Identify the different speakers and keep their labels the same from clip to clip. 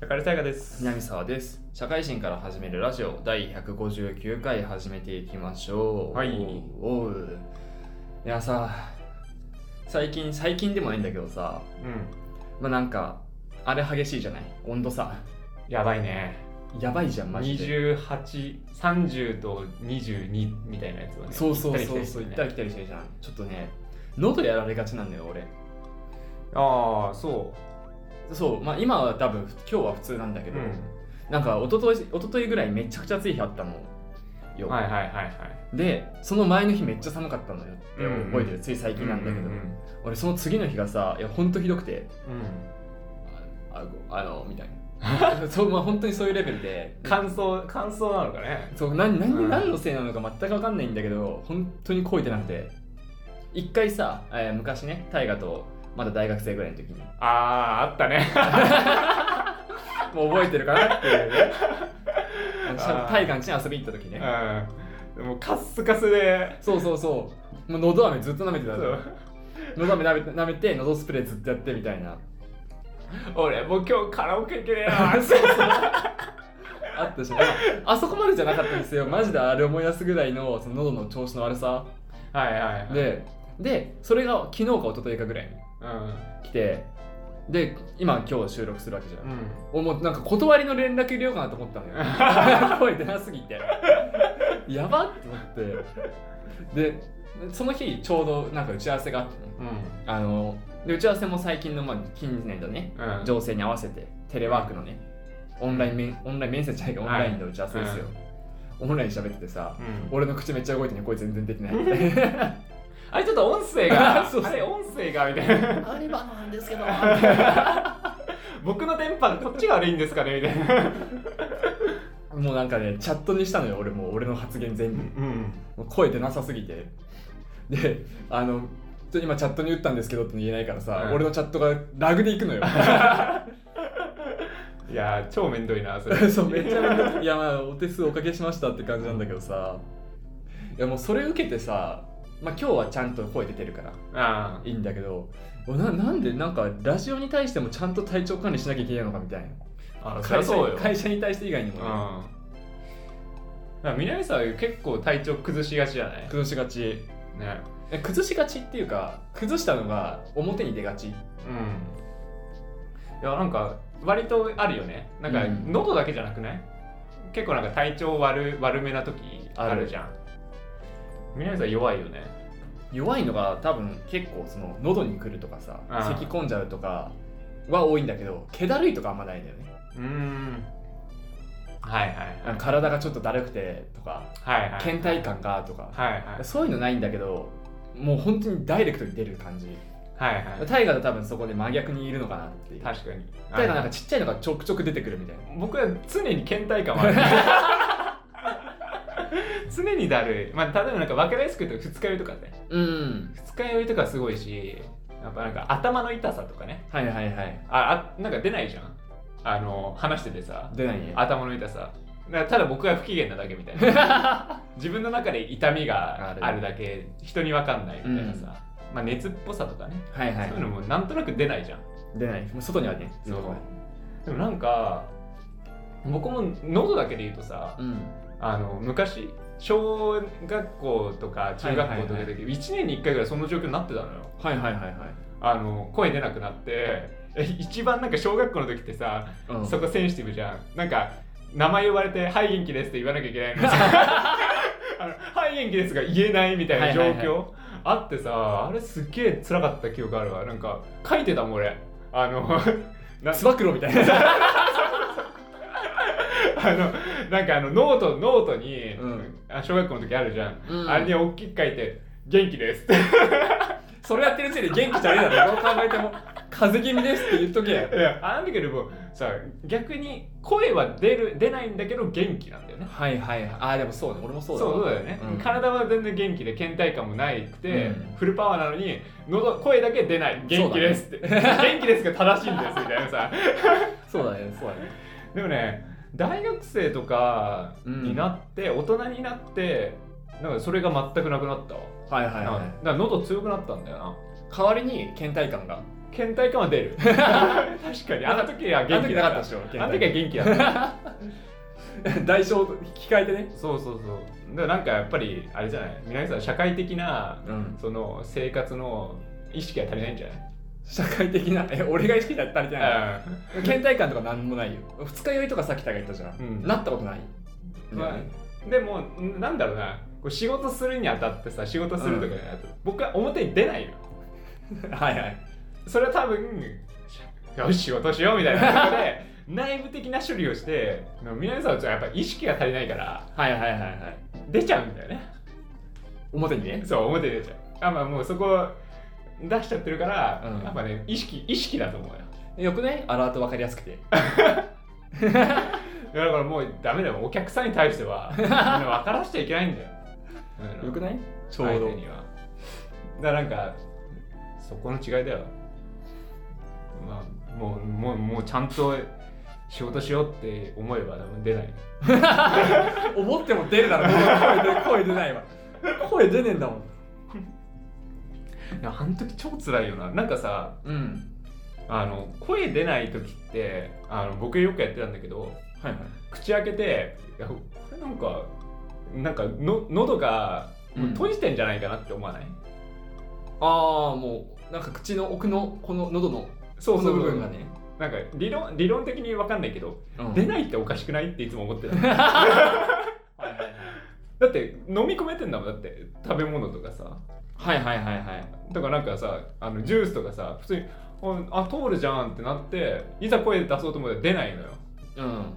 Speaker 1: 社会大河です。
Speaker 2: 南沢です社会人から始めるラジオ第159回始めていきましょう
Speaker 1: はい
Speaker 2: おういやさ最近最近でもないんだけどさ
Speaker 1: うん。
Speaker 2: まあなんかあれ激しいじゃない温度差
Speaker 1: やばいね。
Speaker 2: やばいじゃんマジで
Speaker 1: 28、30と22みたいなやつをね。
Speaker 2: そうそうそうそう
Speaker 1: 行
Speaker 2: 行
Speaker 1: っ
Speaker 2: ったた
Speaker 1: り来たりしてるね
Speaker 2: り来たりしてるじゃんちょっとね喉やられがちなんだよ俺
Speaker 1: ああ、そ
Speaker 2: そうまあ今は多分今日は普通なんだ
Speaker 1: う。
Speaker 2: け
Speaker 1: う
Speaker 2: ど、
Speaker 1: ん。
Speaker 2: なんか一昨日一昨日ぐらいめちゃくちゃ暑い日あったのよ、
Speaker 1: はいはいはいはい。
Speaker 2: でその前の日めっちゃ寒かったのよって
Speaker 1: うんうん
Speaker 2: 覚えてる、つい最近なんだけど、
Speaker 1: うん
Speaker 2: 俺その次の日がさいやほんとひどくて
Speaker 1: うんうん。
Speaker 2: あああのみたい なそうまあ本当にそういうレベルで
Speaker 1: 感想、感想なのかね。
Speaker 2: そう何何,、
Speaker 1: うん
Speaker 2: 何のせいなのか全く分かんないんだけど本当にこいてなくて一回さ、えー昔ね大河とまだ大学生ぐらいの時に
Speaker 1: ああ、あったね。
Speaker 2: もう覚えてるかなっていう ねあのし
Speaker 1: あ
Speaker 2: ゃ
Speaker 1: ー
Speaker 2: 大河んちに遊び行った時ね
Speaker 1: うん。もうカッスカスで。
Speaker 2: そうそうそうもう喉飴ずっと舐めて
Speaker 1: そ
Speaker 2: たの
Speaker 1: う
Speaker 2: 喉飴舐めて舐めて喉スプレーずっとやってみたいな
Speaker 1: 俺、もう今日カラオケ行けねえ
Speaker 2: あ
Speaker 1: な
Speaker 2: そうそうあったし、まあ、あそこまでじゃなかったんですよマジであれ思い出すぐらいのその喉の調子の悪さ
Speaker 1: はいはいはい。
Speaker 2: ででそれが昨日か一昨日かぐらいに
Speaker 1: うん。
Speaker 2: 来てで今今日収録するわけじゃん、
Speaker 1: うん。
Speaker 2: 俺もうなんか断りの連絡入れようかなと思ったのよ声出なすぎてやばって思ってでその日ちょうどなんか打ち合わせがあってね
Speaker 1: うん。
Speaker 2: あので打ち合わせも最近の、まあ、近年だね
Speaker 1: うん。
Speaker 2: 情勢に合わせてテレワークのねオンライン面オンライン面接じゃないかオンラインの打ち合わせですよ、オンライン喋っててさ
Speaker 1: うん
Speaker 2: 俺の口めっちゃ動いてね声全然できない あ
Speaker 1: あれちょっと音声 が
Speaker 2: そうそう
Speaker 1: あれ音声がみたいな
Speaker 2: ればなんですけ ど
Speaker 1: 僕の電波がこっちが悪いんですかねみたいな
Speaker 2: もうなんかねチャットにしたのよ俺もう俺の発言全部
Speaker 1: うん
Speaker 2: もう声出なさすぎてであのちょ今チャットに打ったんですけどって言えないからさ、
Speaker 1: うん
Speaker 2: 俺のチャットがラグでいくの よ
Speaker 1: いやー超めんどいなそ れ
Speaker 2: そうめっちゃめんどくさいいやまあお手数おかけしましたって感じなんだけどさいやもうそれ受けてさまあ今日はちゃんと声出てるから
Speaker 1: あ
Speaker 2: いいんだけどななんでなんかラジオに対してもちゃんと体調管理しなきゃいけないのかみたい
Speaker 1: ーあ
Speaker 2: な
Speaker 1: そりゃ
Speaker 2: 会社
Speaker 1: そうよ
Speaker 2: 会社に対して以外に
Speaker 1: うん
Speaker 2: も
Speaker 1: だ
Speaker 2: ね
Speaker 1: から南さんは結構体調崩しがちじゃない
Speaker 2: 崩しがち
Speaker 1: ね
Speaker 2: え崩しがちっていうか崩したのが表に出がち
Speaker 1: うんいやなんか割とあるよねなんか
Speaker 2: うん
Speaker 1: 喉だけじゃなくない、結構なんか体調悪悪めな時あるじゃん南さん弱いよね
Speaker 2: 弱いのが多分結構その喉にくるとかさ
Speaker 1: あー
Speaker 2: 咳込んじゃうとかは多いんだけど気だるいとかあんまないんだよね
Speaker 1: うーんはいはいはい
Speaker 2: なんか体がちょっとだるくてとか
Speaker 1: はいはい
Speaker 2: 倦怠感がとか
Speaker 1: はいはい
Speaker 2: そういうのないんだけどもう本当にダイレクトに出る感じ
Speaker 1: はいはい
Speaker 2: 大河と多分そこで真逆にいるのかなっていう
Speaker 1: 確かに
Speaker 2: ただなんかちっちゃいのがちょくちょく出てくるみたいな。
Speaker 1: 僕は常に倦怠感はある 常にだるいまあ例えばなんか分かりやすく言うと二日酔いとかね
Speaker 2: うん。
Speaker 1: 二日酔いとかすごいしやっぱなんか頭の痛さとかね
Speaker 2: はいはいはい。
Speaker 1: ああなんか出ないじゃんあの話しててさ
Speaker 2: 出ないね。
Speaker 1: 頭の痛さだからただ僕が不機嫌なだけみたいな自分の中で痛みがあるだけ人に分かんないみたいなさ、まあ熱っぽさとかね
Speaker 2: はいは
Speaker 1: そういうのもなんとなく出ないじゃん
Speaker 2: 出ない。もう外にはね。
Speaker 1: そう
Speaker 2: 外は
Speaker 1: でもなんか僕も喉だけで言うとさ
Speaker 2: うん。
Speaker 1: あの昔小学校とか中学校とか
Speaker 2: はいはい
Speaker 1: で1年に1回ぐらいその状況になってたのよ
Speaker 2: はいはいはいはい。
Speaker 1: あの声出なくなってえ一番なんか小学校の時ってさ
Speaker 2: うん
Speaker 1: そこセンシティブじゃんなんか名前呼ばれて「はい元気です」って言わなきゃいけないのに さ「あのはい元気です」が言えないみたいな状況、
Speaker 2: はいはいは
Speaker 1: あってさあれすっげえ辛かった記憶あるわなんか書いてたもん俺あの な
Speaker 2: つば九郎みたいな。
Speaker 1: あのなんかあのノートノートに、
Speaker 2: うん
Speaker 1: あ小学校の時あるじゃん、
Speaker 2: うん
Speaker 1: あれに大きく書いて「元気です」って
Speaker 2: それやってる時点で元気じゃねえだろ。どう考えても。風邪気味ですって言っとけよ。
Speaker 1: いやあの時よりもさ逆に声は出る出ないんだけど元気なんだよね
Speaker 2: はいはいはい。ああ、でもそうね。俺もそ
Speaker 1: そううそう
Speaker 2: だわ
Speaker 1: だよね、
Speaker 2: うん
Speaker 1: 体は全然元気で倦怠感もないくて、
Speaker 2: うん
Speaker 1: フルパワーなのに喉声だけ出ない元気ですって、 元気ですが正しいんですみたいなさ
Speaker 2: そうだね。そうだね。
Speaker 1: でもね大学生とかになって、大人になってなんかそれが全くなくなったわ
Speaker 2: はいは
Speaker 1: な
Speaker 2: い
Speaker 1: んか
Speaker 2: は
Speaker 1: だ
Speaker 2: い。
Speaker 1: から喉強くなったんだよな
Speaker 2: 代わりに倦怠感が。
Speaker 1: 倦怠感は 出る確かにあの時は
Speaker 2: あの
Speaker 1: 元
Speaker 2: 時
Speaker 1: 気
Speaker 2: な
Speaker 1: だっ
Speaker 2: かったたで
Speaker 1: し
Speaker 2: しょ
Speaker 1: あの時は元気だった
Speaker 2: 代償と引き換えてね
Speaker 1: そうそうそうだからなんかやっぱりあれじゃない皆さん社会的な
Speaker 2: うん
Speaker 1: その生活の意識が足りないんじゃ
Speaker 2: 社会的なえ俺が意識が足りてない
Speaker 1: ない、うん
Speaker 2: 倦怠感とかなんもないよ二日酔いとかさっきたが言ったじゃん、
Speaker 1: うん
Speaker 2: なったことない、
Speaker 1: まあ、でもなんだろうなこう仕事するにあたってさ仕事するとかにあたって、僕は表に出ないよ
Speaker 2: はいはい
Speaker 1: それは多分よし仕事しようみたいなことで内部的な処理をして南沢ちゃんはやっぱ意識が足りないから
Speaker 2: はいはいはいはい
Speaker 1: 出ちゃうんだよね
Speaker 2: 表にね
Speaker 1: そう表に出ちゃうあまあもうそこ出しちゃってるから、
Speaker 2: うん
Speaker 1: やっぱね意識意識だと思うよ
Speaker 2: よくねアラート分かりやすくて
Speaker 1: だからもうダメだよお客さんに対して は分からしちゃいけないんだよ
Speaker 2: よく
Speaker 1: い
Speaker 2: ないちょ
Speaker 1: 相
Speaker 2: う
Speaker 1: 手
Speaker 2: ど
Speaker 1: にはだからなんかそこの違いだよまあもうもうもうちゃんと仕事しようって思えば多分出ない
Speaker 2: 思っても出るだろ 声出声出ないわ声出ねえんだもん
Speaker 1: いやあの時超辛いよななんかさ
Speaker 2: うん
Speaker 1: あの声出ない時ってあの僕よくやってたんだけど
Speaker 2: はいはい
Speaker 1: 口開けていやこれなんかなんかの喉がもう閉じてんじゃないかなって思わない、
Speaker 2: ああもうなんか口の奥のこの喉の
Speaker 1: そう
Speaker 2: こ
Speaker 1: そ
Speaker 2: の
Speaker 1: う
Speaker 2: 部
Speaker 1: そう
Speaker 2: 分がね、
Speaker 1: なんか理論理論的に分かんないけど、
Speaker 2: うん
Speaker 1: 出ないっておかしくないっていつも思ってた
Speaker 2: はいはい
Speaker 1: だって飲み込めてんだもんだって食べ物とかさ
Speaker 2: はいはいはいはい
Speaker 1: だからなんかさあのジュースとかさ普通にああ通るじゃんってなっていざ声出そうと思ったら出ないのよ
Speaker 2: うん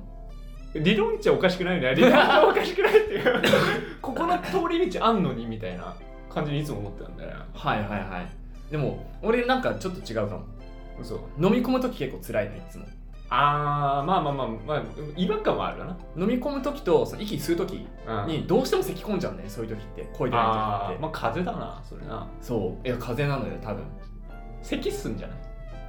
Speaker 1: 理論っちゃおかしくないね理論っちゃおかしくないっていう ここの通り道あんのにみたいな感じにいつも思ってたんだよね
Speaker 2: はいはいはいでも俺なんかちょっと違うかも
Speaker 1: そう
Speaker 2: 飲み込む時結構辛いのいつも
Speaker 1: あーまあまあまあまあ違和感はあるかな
Speaker 2: 飲み込む時とその息吸う時
Speaker 1: うん
Speaker 2: にどうしても咳込んじゃうねそういう時って声出ない
Speaker 1: あ
Speaker 2: 時って、
Speaker 1: ーまあ風邪だなそれな
Speaker 2: そういや風邪なのよ多分
Speaker 1: 咳すんじゃない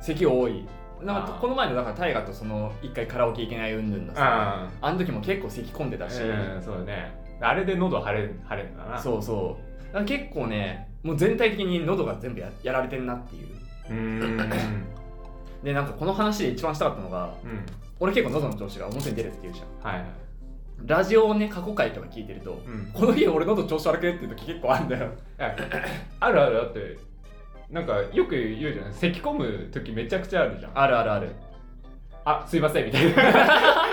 Speaker 2: 咳多いなんか
Speaker 1: あー
Speaker 2: この前のだから大河とその一回カラオケ行けない云々のさあの時も結構咳込んでたし、
Speaker 1: うんそうだねあれで喉腫れ腫れるんだな
Speaker 2: そうそうだから結構ねもう全体的に喉が全部ややられてんなっていう
Speaker 1: うーん
Speaker 2: でなんかこの話で一番したかったのが
Speaker 1: うん
Speaker 2: 俺結構喉の調子が表に出るっていうじゃん
Speaker 1: はいはい
Speaker 2: ラジオをね過去回とか聞いてると
Speaker 1: うん
Speaker 2: この日俺喉調子悪くねっていう時結構あるんだよ
Speaker 1: ああるあるだってなんかよく言うじゃない咳込む時めちゃくちゃあるじゃん
Speaker 2: あるあるある
Speaker 1: あすいませんみたいな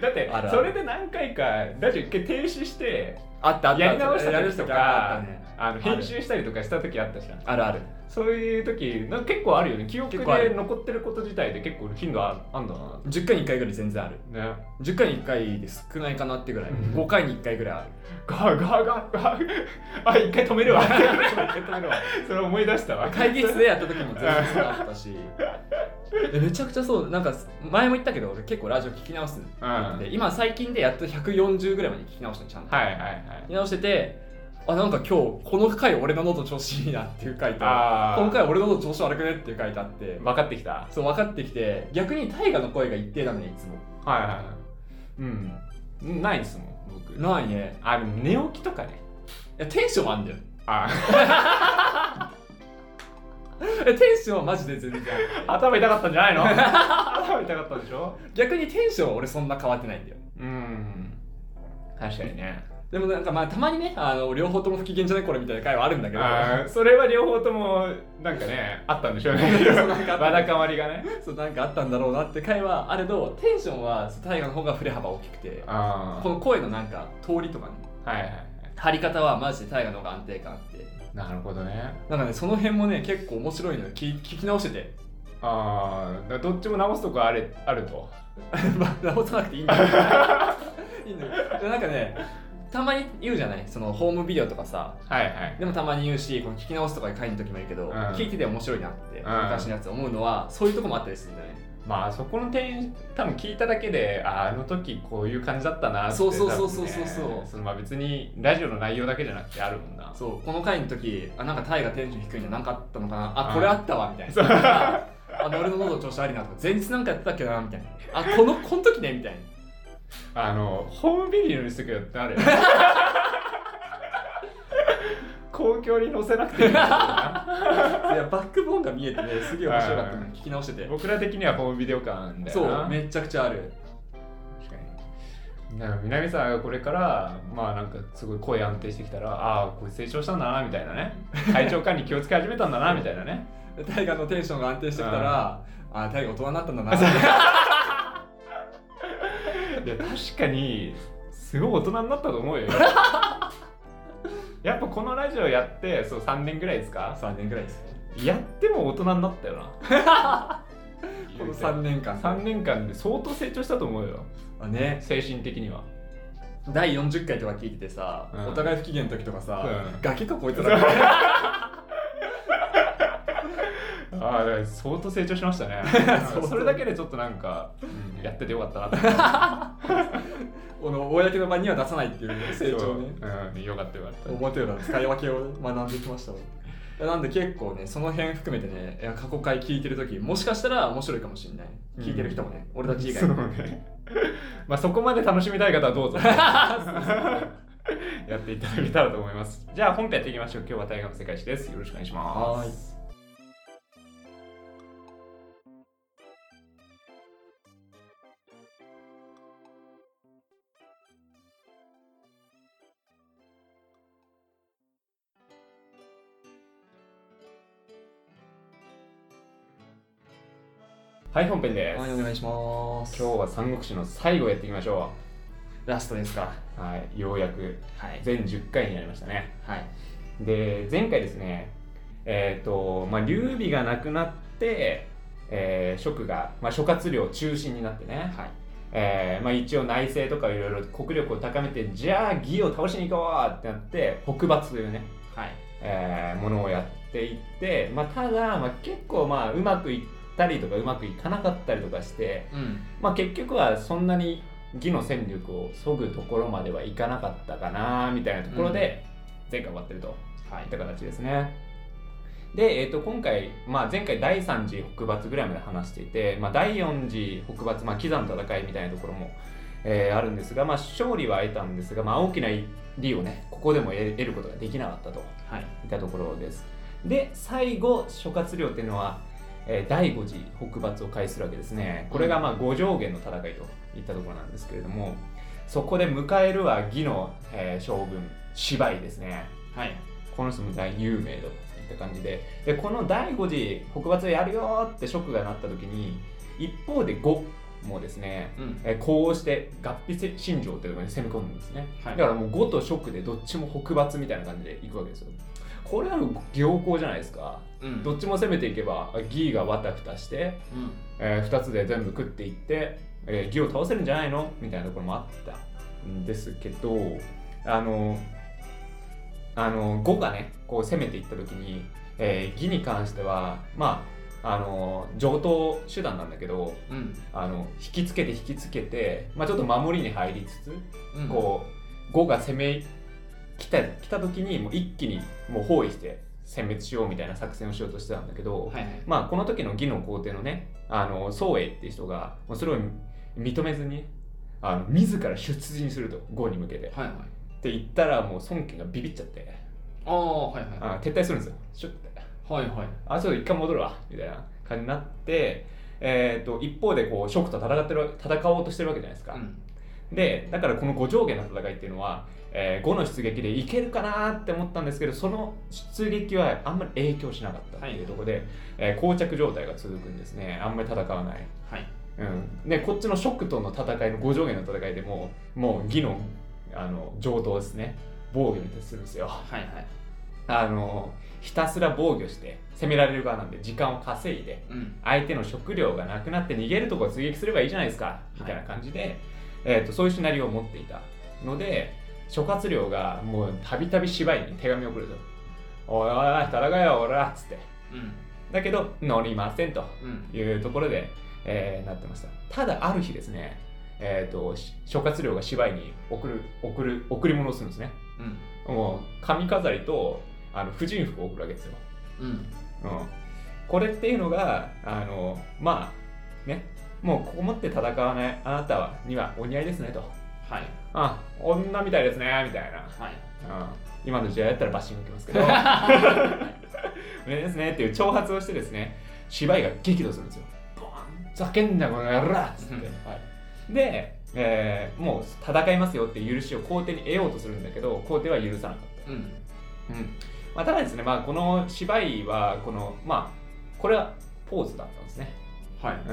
Speaker 1: だって
Speaker 2: あるある
Speaker 1: それで何回かラジオ一回停止して
Speaker 2: あったあった
Speaker 1: やり直した
Speaker 2: やり
Speaker 1: 時と
Speaker 2: あ
Speaker 1: か
Speaker 2: ったね
Speaker 1: あの編集したりとかした時あったじゃん
Speaker 2: あるある
Speaker 1: そういう時なんか結構あるよね記憶
Speaker 2: 結構あ
Speaker 1: で
Speaker 2: る
Speaker 1: 残ってること自体で結構頻度ああんだな
Speaker 2: 10回に1回ぐらい全然ある
Speaker 1: ね
Speaker 2: 10回に1回で少ないかなってぐらい
Speaker 1: うん
Speaker 2: 5回に1回ぐらいある
Speaker 1: ガーガーガーガー あ一回止める わ
Speaker 2: あ
Speaker 1: それ思い出したわ
Speaker 2: 会議室でやった時も全然そうだったしでめちゃくちゃそうなんか前も言ったけど俺結構ラジオ聞き直す
Speaker 1: うんはい
Speaker 2: で今最近でやっと140ぐらいまで聞き直したのちゃんと、
Speaker 1: はいはい
Speaker 2: 聞き直しててあなんか今日この回俺の喉調子いいなっていう回と
Speaker 1: あー
Speaker 2: 今回俺の喉調子悪くねっていう回とあって、
Speaker 1: 分かってきたはい
Speaker 2: そう分かってきて逆に大河の声が一定なのねいつも
Speaker 1: はいはいうんないですもん僕
Speaker 2: ないね
Speaker 1: あでも寝起きとかね
Speaker 2: いやテンションはあんだよ
Speaker 1: あ
Speaker 2: えテンションはマジで全然 ある
Speaker 1: 頭痛かったんじゃないの頭痛かったでしょ
Speaker 2: 逆にテンションは俺そんな変わってないんだよ
Speaker 1: うん確かにね
Speaker 2: でもなんかまあたまにねあの両方とも不機嫌じゃないこれみたいな回はあるんだけど
Speaker 1: あーそれは両方ともなんかねあったんでしょうね
Speaker 2: そうなんかあった
Speaker 1: わだかまりがね
Speaker 2: そうなんかあったんだろうなって回はあれどテンションはそう大河の方が振れ幅大きくて
Speaker 1: あ
Speaker 2: この声のなんか通りとかね
Speaker 1: あはいはいはい
Speaker 2: 張り方はマジで大河の方が安定感あって
Speaker 1: なるほどね
Speaker 2: なんかねその辺もね結構面白いのよ聞聞き直してて
Speaker 1: ああどっちも直すとこあれあると
Speaker 2: まあ直さなくていいんだ けどいいんだけどでなんかねたまに言うじゃないそのホームビデオとかさ
Speaker 1: はいはい
Speaker 2: でもたまに言うしこの聞き直すとかで書いの時も言うけど、
Speaker 1: ん
Speaker 2: 聞いてて面白いなって、
Speaker 1: ん
Speaker 2: 昔のやつ思うのはそういうとこもあったりするんだよね
Speaker 1: まあそこの点多分聞いただけでああの時こういう感じだったなって
Speaker 2: そうそうそう
Speaker 1: 多分ね
Speaker 2: そうそうそう
Speaker 1: そのまあ別にラジオの内容だけじゃなくてあるもんな
Speaker 2: そうこの回の時あなんかタイがテンション低いのなんかあったのかな
Speaker 1: うん
Speaker 2: あこれあったわみたい
Speaker 1: そう
Speaker 2: なあの俺の喉調子悪いなとか前日なんかやってたっけどなみたいなあこ のこの時ねみたいな
Speaker 1: あのホームビデオにしとけよってあるよこ公共に載せなくていいんだよ
Speaker 2: いやバックボーンが見えてねすげえ面白かった
Speaker 1: はい
Speaker 2: 聞き直してて
Speaker 1: な僕ら的にはホームビデオ感だよ
Speaker 2: そ
Speaker 1: な
Speaker 2: うめちゃくちゃある
Speaker 1: 確かにだから南さんがこれからまあなんかすごい声安定してきたらああこれ成長したんだなみたいな ね体調管理気をつけ始めたんだなみたいなね
Speaker 2: 大河のテンションが安定してきたらあ大河大人になったん だな
Speaker 1: いや確かにすごい大人になったと思 うよやっぱこのラジオやってそう3年ぐらいですか
Speaker 2: 3年ぐらいです
Speaker 1: やっても大人になったよな
Speaker 2: この3年間
Speaker 1: 3年間で相当成長したと思うよ
Speaker 2: あね
Speaker 1: 精神的には
Speaker 2: 第40回とか聞いててさ、
Speaker 1: うん
Speaker 2: お互い不機嫌の時とかさ、
Speaker 1: うん
Speaker 2: 崖かこいつらか
Speaker 1: ああだから相当成長しましたね
Speaker 2: そう
Speaker 1: それだけでちょっとなんか、
Speaker 2: うん
Speaker 1: やっててよかったなと思って
Speaker 2: この公の場には出さないっていう成長ね
Speaker 1: そううん、よかったよかった
Speaker 2: 表裏の使い分けを学んできましたもんいやなんで結構ねその辺含めてねいや過去回聞いてる時もしかしたら面白いかもしれない聞いてる人もね、俺たち以外
Speaker 1: そ
Speaker 2: に
Speaker 1: うね。まあそこまで楽しみたい方はどうぞ。 やっていただけたらと思います。じゃあ本編やっていきましょう。今日は大河の世界史です。よろしくお願いします。
Speaker 2: はーい
Speaker 1: はい、本編です。
Speaker 2: はいお願いします
Speaker 1: 今日は三国志の最後をやっていきましょ
Speaker 2: ラストですか
Speaker 1: う。はい、ようやく
Speaker 2: はい
Speaker 1: 全10回になりましたね。
Speaker 2: はい
Speaker 1: で、前回ですね、えっ、と、まあ、劉備が亡くなって、えー、蜀が、まあ、諸葛亮中心になってね、
Speaker 2: はい
Speaker 1: えーまあ、一応内政とかいろいろ国力を高めてじゃあ義を倒しに行こうってなって北伐というね、
Speaker 2: はい
Speaker 1: えーものをやっていって、まあ、ただ、まあ、結構まあうまくいったりとかうまくいかなかったりとかして、
Speaker 2: うん
Speaker 1: まあ、結局はそんなに義の戦力を削ぐところまではいかなかったかなみたいなところで前回終わってると
Speaker 2: はい
Speaker 1: いった形ですね。で、えー、と今回、まあ、前回第3次北伐ぐらいまで話していて、まあ、第4次北伐、まあ、キザの戦いみたいなところも、えーあるんですが、まあ、勝利は得たんですが、まあ、大きな利をねここでも得得ることができなかったと
Speaker 2: はい
Speaker 1: いったところです。で最後諸葛亮っていうのは、えー第5次北伐を開始するわけですねこれがまあ五条原の戦いといったところなんですけれどもそこで迎えるは義の、えー将軍芝居ですね。
Speaker 2: はい
Speaker 1: この人も大有名だといった感じででこの第5次北伐やるよーって職がなった時に一方で呉もですね
Speaker 2: うん
Speaker 1: えー呼応して合併信条っていうところに攻め込むんですね、
Speaker 2: はい
Speaker 1: だからもう呉と職でどっちも北伐みたいな感じで行くわけですよこれは良好じゃないですか
Speaker 2: うん
Speaker 1: どっちも攻めていけば義がわたふたして、
Speaker 2: うん
Speaker 1: え2つで全部食っていって、えー義を倒せるんじゃないのみたいなところもあったんですけどあのあの呉がねこう攻めていった時に、えー義に関してはまああの上等手段なんだけど
Speaker 2: うん
Speaker 1: あの引きつけて引きつけて、まあ、ちょっと守りに入りつつ、
Speaker 2: うん
Speaker 1: こう呉が攻め来た来た時にもう一気にもう包囲して殲滅しようみたいな作戦をしようとしてたんだけど、
Speaker 2: はいはい
Speaker 1: まあ、この時の義の皇帝のねあの宋英っていう人がもうそれを認めずにあの自ら出陣すると呉に向けてっ
Speaker 2: はいはい
Speaker 1: て言ったらもう孫権がビビっちゃって
Speaker 2: ああはいはい
Speaker 1: あ撤退するんですよシュッて
Speaker 2: はいはい
Speaker 1: あちょっと一回戻るわみたいな感じになって、えー、と一方でこう蜀と戦ってる戦おうとしてるわけじゃないですか、
Speaker 2: うん
Speaker 1: でだからこの五上下の戦いっていうのは、えー、5の出撃でいけるかなって思ったんですけどその出撃はあんまり影響しなかったっていうところで、えー膠着状態が続くんですねあんまり戦わない、
Speaker 2: はい
Speaker 1: うん、でこっちの蜀との戦いの五上下の戦いでももう義のあの上等ですね防御に徹するんですよ
Speaker 2: はいはい
Speaker 1: あのひたすら防御して攻められる側なんで時間を稼いで
Speaker 2: うん
Speaker 1: 相手の食料がなくなって逃げるとこを追撃すればいいじゃないですかみたいな感じで、えー、とそういうシナリオを持っていたので諸葛亮がもうたびたび芝居に手紙を送ると「おいおいおい戦えよ俺ら」っつって
Speaker 2: うん
Speaker 1: だけど乗りませんと
Speaker 2: うん
Speaker 1: いうところで、えーなってましたただある日ですねえー、とし諸葛亮が芝居に送る送る贈り物をするんですね
Speaker 2: うん
Speaker 1: もう髪飾りとあの婦人服を送るわけですよ
Speaker 2: うん
Speaker 1: うん、これっていうのがあのまあねもうここ持って戦わないあなたはにはお似合いですねと
Speaker 2: はい
Speaker 1: あ女みたいですねみたいな、
Speaker 2: はい
Speaker 1: うん、今の時代だったらバッシング受けますけど 無理ですねっていう挑発をしてですね芝居が激怒するんですよボーン叫んだこの野郎っつって、
Speaker 2: うん
Speaker 1: はい、で、えーもう戦いますよっていう許しを皇帝に得ようとするんだけど皇帝は許さなかった
Speaker 2: うん
Speaker 1: うんまあ、ただですね、まあ、この芝居はこの、まあ、これはポーズだったんですね、
Speaker 2: はい
Speaker 1: うん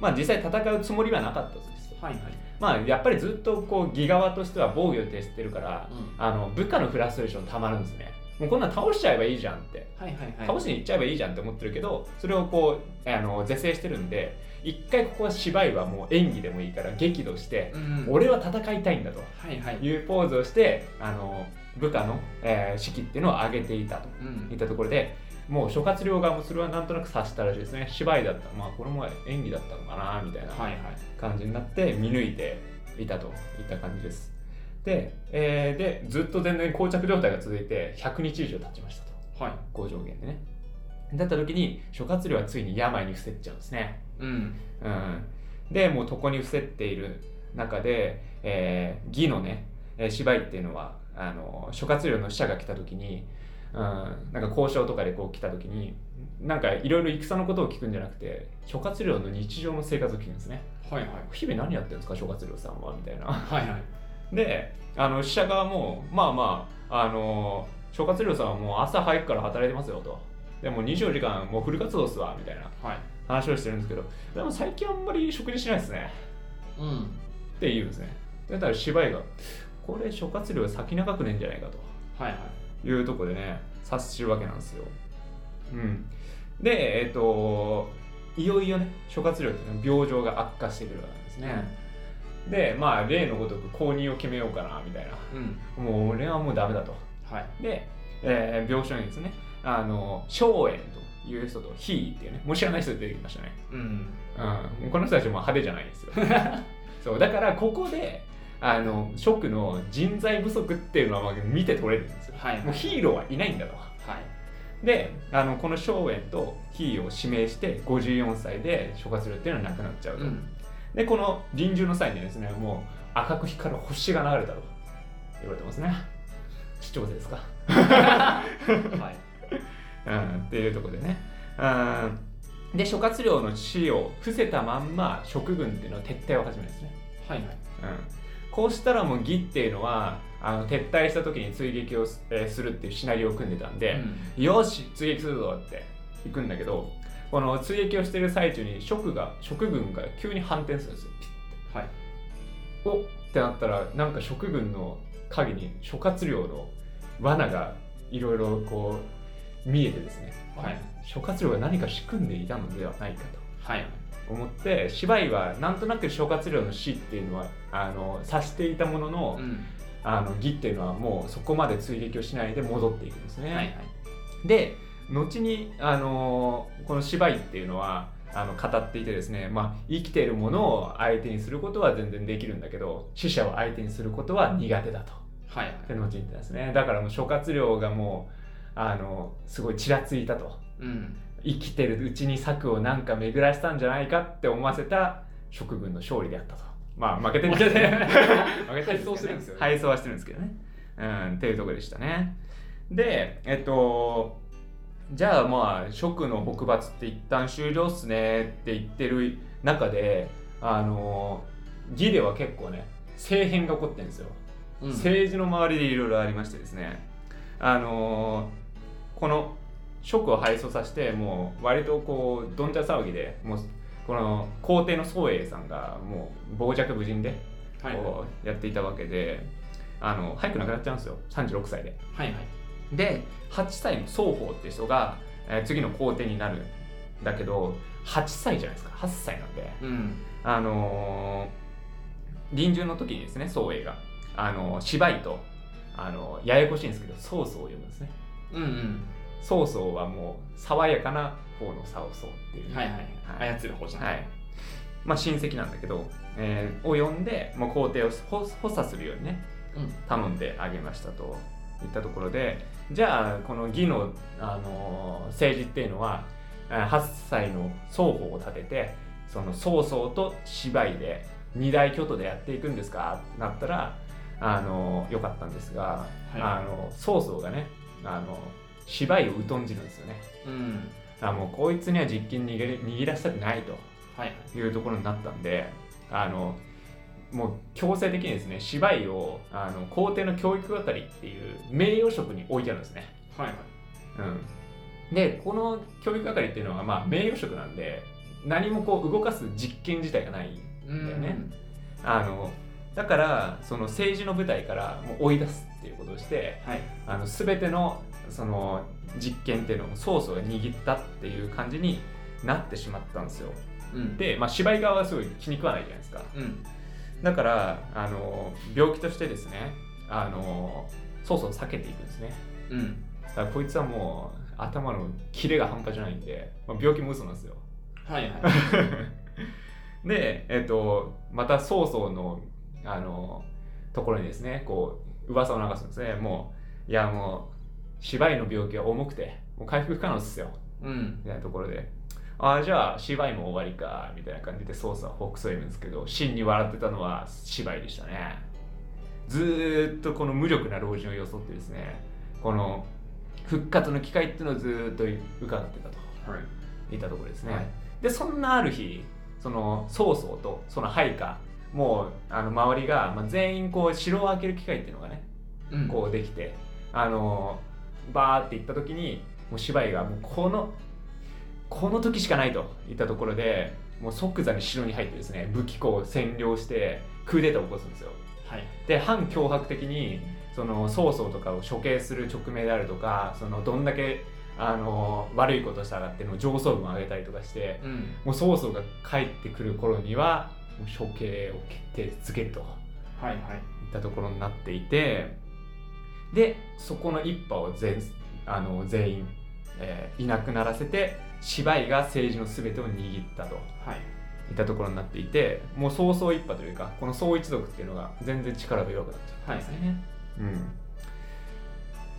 Speaker 1: まあ、実際戦うつもりはなかったそうです、
Speaker 2: はいはい
Speaker 1: まあ、やっぱりずっとこう義側としては防御を徹してるからあの部下のフラストレーションたまるんですねもうこんなん倒しちゃえばいいじゃんって
Speaker 2: はいはいはい
Speaker 1: 倒しに行っちゃえばいいじゃんって思ってるけどそれをこうあの是正してるんで一回ここは芝居はもう演技でもいいから激怒して
Speaker 2: うん
Speaker 1: 俺は戦いたいんだと
Speaker 2: はいはい
Speaker 1: いうポーズをしてあの部下の、えー士気っていうのを上げていたと
Speaker 2: うん
Speaker 1: いったところでもう諸葛亮側もそれはなんとなく察したらしいですね芝居だったまあこれも演技だったのかなみたいな
Speaker 2: はいはい
Speaker 1: 感じになって見抜いていたといった感じですで,、えーでずっと全然膠着状態が続いて100日以上経ちましたと
Speaker 2: はい
Speaker 1: 五条源でねだった時に諸葛亮はついに病に伏せっちゃうんですね
Speaker 2: うん
Speaker 1: うん、でもう床に伏せっている中で、えー義のね、えー芝居っていうのはあの諸葛亮の使者が来た時に、うん、なんか交渉とかでこう来た時になんかいろいろ戦のことを聞くんじゃなくて諸葛亮の日常の生活を聞くんですね
Speaker 2: はいはい
Speaker 1: 日々何やってるんですか諸葛亮さんはみたいな
Speaker 2: はいはい
Speaker 1: であの使者側もまあまああの諸葛亮さんはもう朝早くから働いてますよとでもう24時間もうフル活動っすわみたいな
Speaker 2: はい
Speaker 1: 話をしてるんですけどでも最近あんまり食事しないですね
Speaker 2: うん
Speaker 1: って言うんですねだから芝居がこれ諸葛亮先長くねえんじゃないか
Speaker 2: はいはい
Speaker 1: というとこでね察するわけなんですようんでえっ、といよいよね諸葛亮っていうのは病状が悪化してくるわけなんですね、でまあ例のごとく公認を決めようかなみたいな
Speaker 2: うん
Speaker 1: もう俺はもうダメだと
Speaker 2: はい
Speaker 1: で、えー病床にですねあの荘園という人と非っていうねもう知らない人出てきましたね
Speaker 2: うん
Speaker 1: うん、もうこの人たちも派手じゃないんですよそうだからここであの職の人材不足っていうのはまあ見て取れるんですよ
Speaker 2: はい
Speaker 1: もうヒーローはいないんだと
Speaker 2: はい
Speaker 1: であのこの荘園とヒーを指名して54歳で諸葛亮っていうのはなくなっちゃうと、
Speaker 2: うん
Speaker 1: でこの臨終の際にですねもう赤く光る星が流れたと言われてますね視聴者ですか
Speaker 2: はい
Speaker 1: うんっていうところでね。うん、で諸葛亮の死を伏せたまんま職軍っていうのは撤退を始めるんですね。
Speaker 2: はいはい
Speaker 1: うん、こうしたらもう義っていうのはあの撤退した時に追撃をす,、えーするっていうシナリオを組んでたんで、よし追撃するぞって行くんだけどこの追撃をしてる最中に職が職軍が急に反転するんですよ。
Speaker 2: はい
Speaker 1: おってなったらなんか職軍の影に諸葛亮の罠がいろいろこう見えてですね、
Speaker 2: はい
Speaker 1: 諸葛亮が何か仕組んでいたのではないか
Speaker 2: はい
Speaker 1: と思って芝居はなんとなく諸葛亮の死っていうのはあの察していたものの,、
Speaker 2: うん
Speaker 1: あの義っていうのはもうそこまで追撃をしないで戻っていくんですね。
Speaker 2: はいはい
Speaker 1: で後に、あのこの芝居っていうのはあの語っていてですね、まあ、生きているものを相手にすることは全然できるんだけど死者を相手にすることは苦手だと
Speaker 2: はいはい
Speaker 1: で後に言ってたんですねだからもう諸葛亮がもう、あのすごいちらついたと
Speaker 2: うん
Speaker 1: 生きてるうちに策をなんか巡らしたんじゃないかって思わせた蜀軍の勝利であったとまあ負けてるんですけどね負けて
Speaker 2: 敗走してるんですよね
Speaker 1: ね、敗走はしてるんですけどねうんっていうところでしたねでえっとじゃあまあ蜀の北伐って一旦終了っすねって言ってる中であの義では結構ね政変が起こってるんですよ
Speaker 2: うん
Speaker 1: 政治の周りでいろいろありましてですね、あのーこの職を敗走させてもう割とこうどんちゃん騒ぎでもうこの皇帝の宗英さんがもう傍若無人で
Speaker 2: はいはい
Speaker 1: こうやっていたわけで、あの早く亡くなっちゃうんですよ36歳で。
Speaker 2: はいはい
Speaker 1: で8歳の双方って人が、えー次の皇帝になるんだけど8歳じゃないですか8歳なんで。
Speaker 2: うん
Speaker 1: あのー臨終の時にですね、宗英が、あのー芝居と、あのーややこしいんですけど、曹操を呼ぶんですね。
Speaker 2: うんうん
Speaker 1: 曹操はもう、爽やかな方の曹操っていう、
Speaker 2: はいはい
Speaker 1: はい
Speaker 2: 操る方じゃ
Speaker 1: はいまあ、親戚なんだけど、えーを呼んで、まあ、皇帝を補補佐するようにね、
Speaker 2: うん
Speaker 1: 頼んであげましたといったところでじゃあこの義の、あのー政治っていうのはあ8歳の双方を立ててその曹操と芝居で二大巨頭でやっていくんですかってなったらあの良かったんですが、
Speaker 2: い
Speaker 1: あの曹操がねあの芝居を疎んじるんですよね
Speaker 2: うん
Speaker 1: あもうこいつには実験握り握らせたくないと
Speaker 2: はい
Speaker 1: いうところになったんであのもう強制的にですね芝居をあの皇帝の教育係っていう名誉職に置いてあるんですね
Speaker 2: はいはい
Speaker 1: うん、でこの教育係っていうのはまあ名誉職なんで何もこう動かす実験自体がない
Speaker 2: うん
Speaker 1: だよねあのだからその政治の舞台からもう追い出すっていうことをして
Speaker 2: はい
Speaker 1: あの全てのその実験っていうのを曹操が握ったっていう感じになってしまったんですよ
Speaker 2: うん
Speaker 1: で、まあ、芝居側はすごい気に食わないじゃないですか
Speaker 2: うん
Speaker 1: だからあの病気としてですねあの曹操を避けていくんですね
Speaker 2: うん
Speaker 1: だからこいつはもう頭のキレが半端じゃないんで、まあ、病気も嘘なんですよ
Speaker 2: はいはい
Speaker 1: で、えっとまた曹操のあのところにですねこう噂を流すんですねもういやもう芝居の病気は重くてもう回復不可能ですよ
Speaker 2: うん
Speaker 1: みたいなところでああじゃあ芝居も終わりかみたいな感じで曹操はほくそ笑むんですけど真に笑ってたのは芝居でしたねずーっとこの無力な老人を装ってですねこの復活の機会っていうのをずーっと伺ってたと
Speaker 2: はい
Speaker 1: いったところですね、
Speaker 2: はい
Speaker 1: でそんなある日その曹操とその配下もうあの周りが、まあ、全員こう城を開ける機会っていうのがね
Speaker 2: うん
Speaker 1: こうできて、あのバーって行った時にもう芝居がもうこのこの時しかないといったところでもう即座に城に入ってですね武器庫を占領してクーデターを起こすんですよ
Speaker 2: はい
Speaker 1: で反脅迫的にその曹操とかを処刑する直命であるとかそのどんだけあの悪いことしたらっていうのを上層部も上げたりとかして
Speaker 2: うん
Speaker 1: もう曹操が帰ってくる頃にはもう処刑を決定づけると。
Speaker 2: はいはい
Speaker 1: いったところになっていてでそこの一派を全あの全員、えーいなくならせて芝居が政治の全てを握ったと
Speaker 2: はい
Speaker 1: いったところになっていてもう曹操一派というかこの曹一族っていうのが全然力が弱くなっちゃったんですね。うん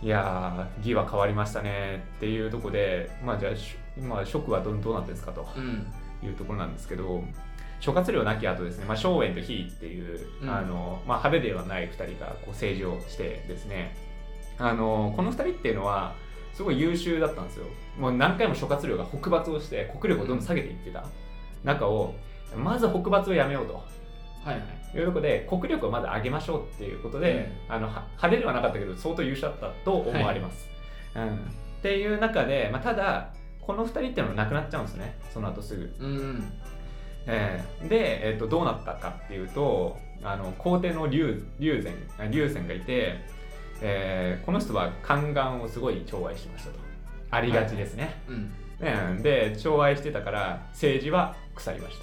Speaker 1: いやー義は変わりましたねっていうとこで、まあ、じゃあし今、職はどんどうなってるんですかと
Speaker 2: うん
Speaker 1: いうところなんですけど諸葛亮亡き後ですね、まあ、松園と比っていう、
Speaker 2: うん
Speaker 1: あのまあ、派手ではない2人がこう政治をしてですねあのこの2人っていうのはすごい優秀だったんですよもう何回も諸葛亮が北伐をして国力をどんどん下げていってた中をまず北伐をやめようと
Speaker 2: はいはい
Speaker 1: いうところで国力をまず上げましょうっていうことで、あのは派手ではなかったけど相当優秀だったと思われます、うん、っていう中で、まあ、ただこの2人っていうのはなくなっちゃうんですねその後すぐ
Speaker 2: うん
Speaker 1: えーで、えー、とどうなったかっていうとあの皇帝の龍龍禅あ龍禅がいて、えーこの人は宦官をすごい寵愛してましたとありがちですね、
Speaker 2: うん
Speaker 1: うんで寵愛してたから政治は腐りまし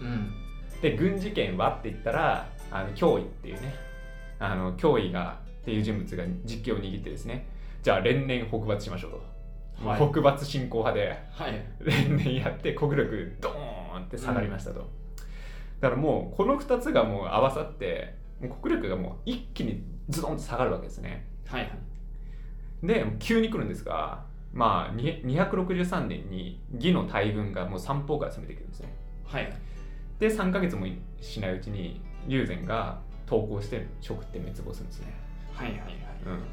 Speaker 1: た
Speaker 2: うん
Speaker 1: で軍事権はって言ったらあの脅威っていうねあの脅威がっていう人物が実権を握ってですねじゃあ連年北伐しましょうと、
Speaker 2: はい
Speaker 1: 北伐進行派で
Speaker 2: はい
Speaker 1: 連年やって国力ドーンって下がりましたと、だからもうこの2つがもう合わさってもう国力がもう一気にズドンと下がるわけですね
Speaker 2: はいはい
Speaker 1: で急に来るんですがまあに263年に魏の大軍がもう三方から攻めてくるんですね
Speaker 2: はいはい
Speaker 1: で3ヶ月もしないうちに龍禅が投降して食って滅亡するんですね、
Speaker 2: はいはいはい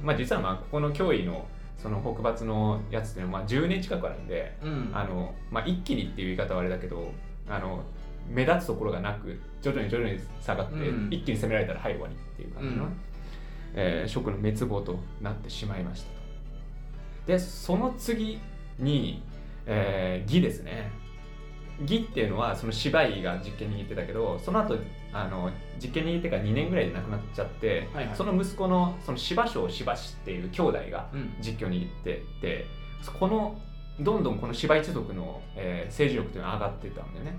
Speaker 1: うん、まあ実はまあここの脅威のその北伐のやつっていうのはまあ10年近くあるんで
Speaker 2: うん
Speaker 1: あの、まあ、一気にっていう言い方はあれだけどあの目立つところがなく徐々に徐々に下がって、
Speaker 2: うん
Speaker 1: 一気に攻められたらはい終わりっていう感じの、
Speaker 2: うん
Speaker 1: えー蜀の滅亡となってしまいましたでその次に、えー義ですね義っていうのはその芝居が実験握ってたけどその後あの実験握ってから2年ぐらいで亡くなっちゃって、
Speaker 2: はいはい
Speaker 1: その息子のその芝生芝師っていう兄弟が
Speaker 2: うん
Speaker 1: 実況に行っててこのどんどんこの芝一族の、えー政治力というのは上がってたんだよね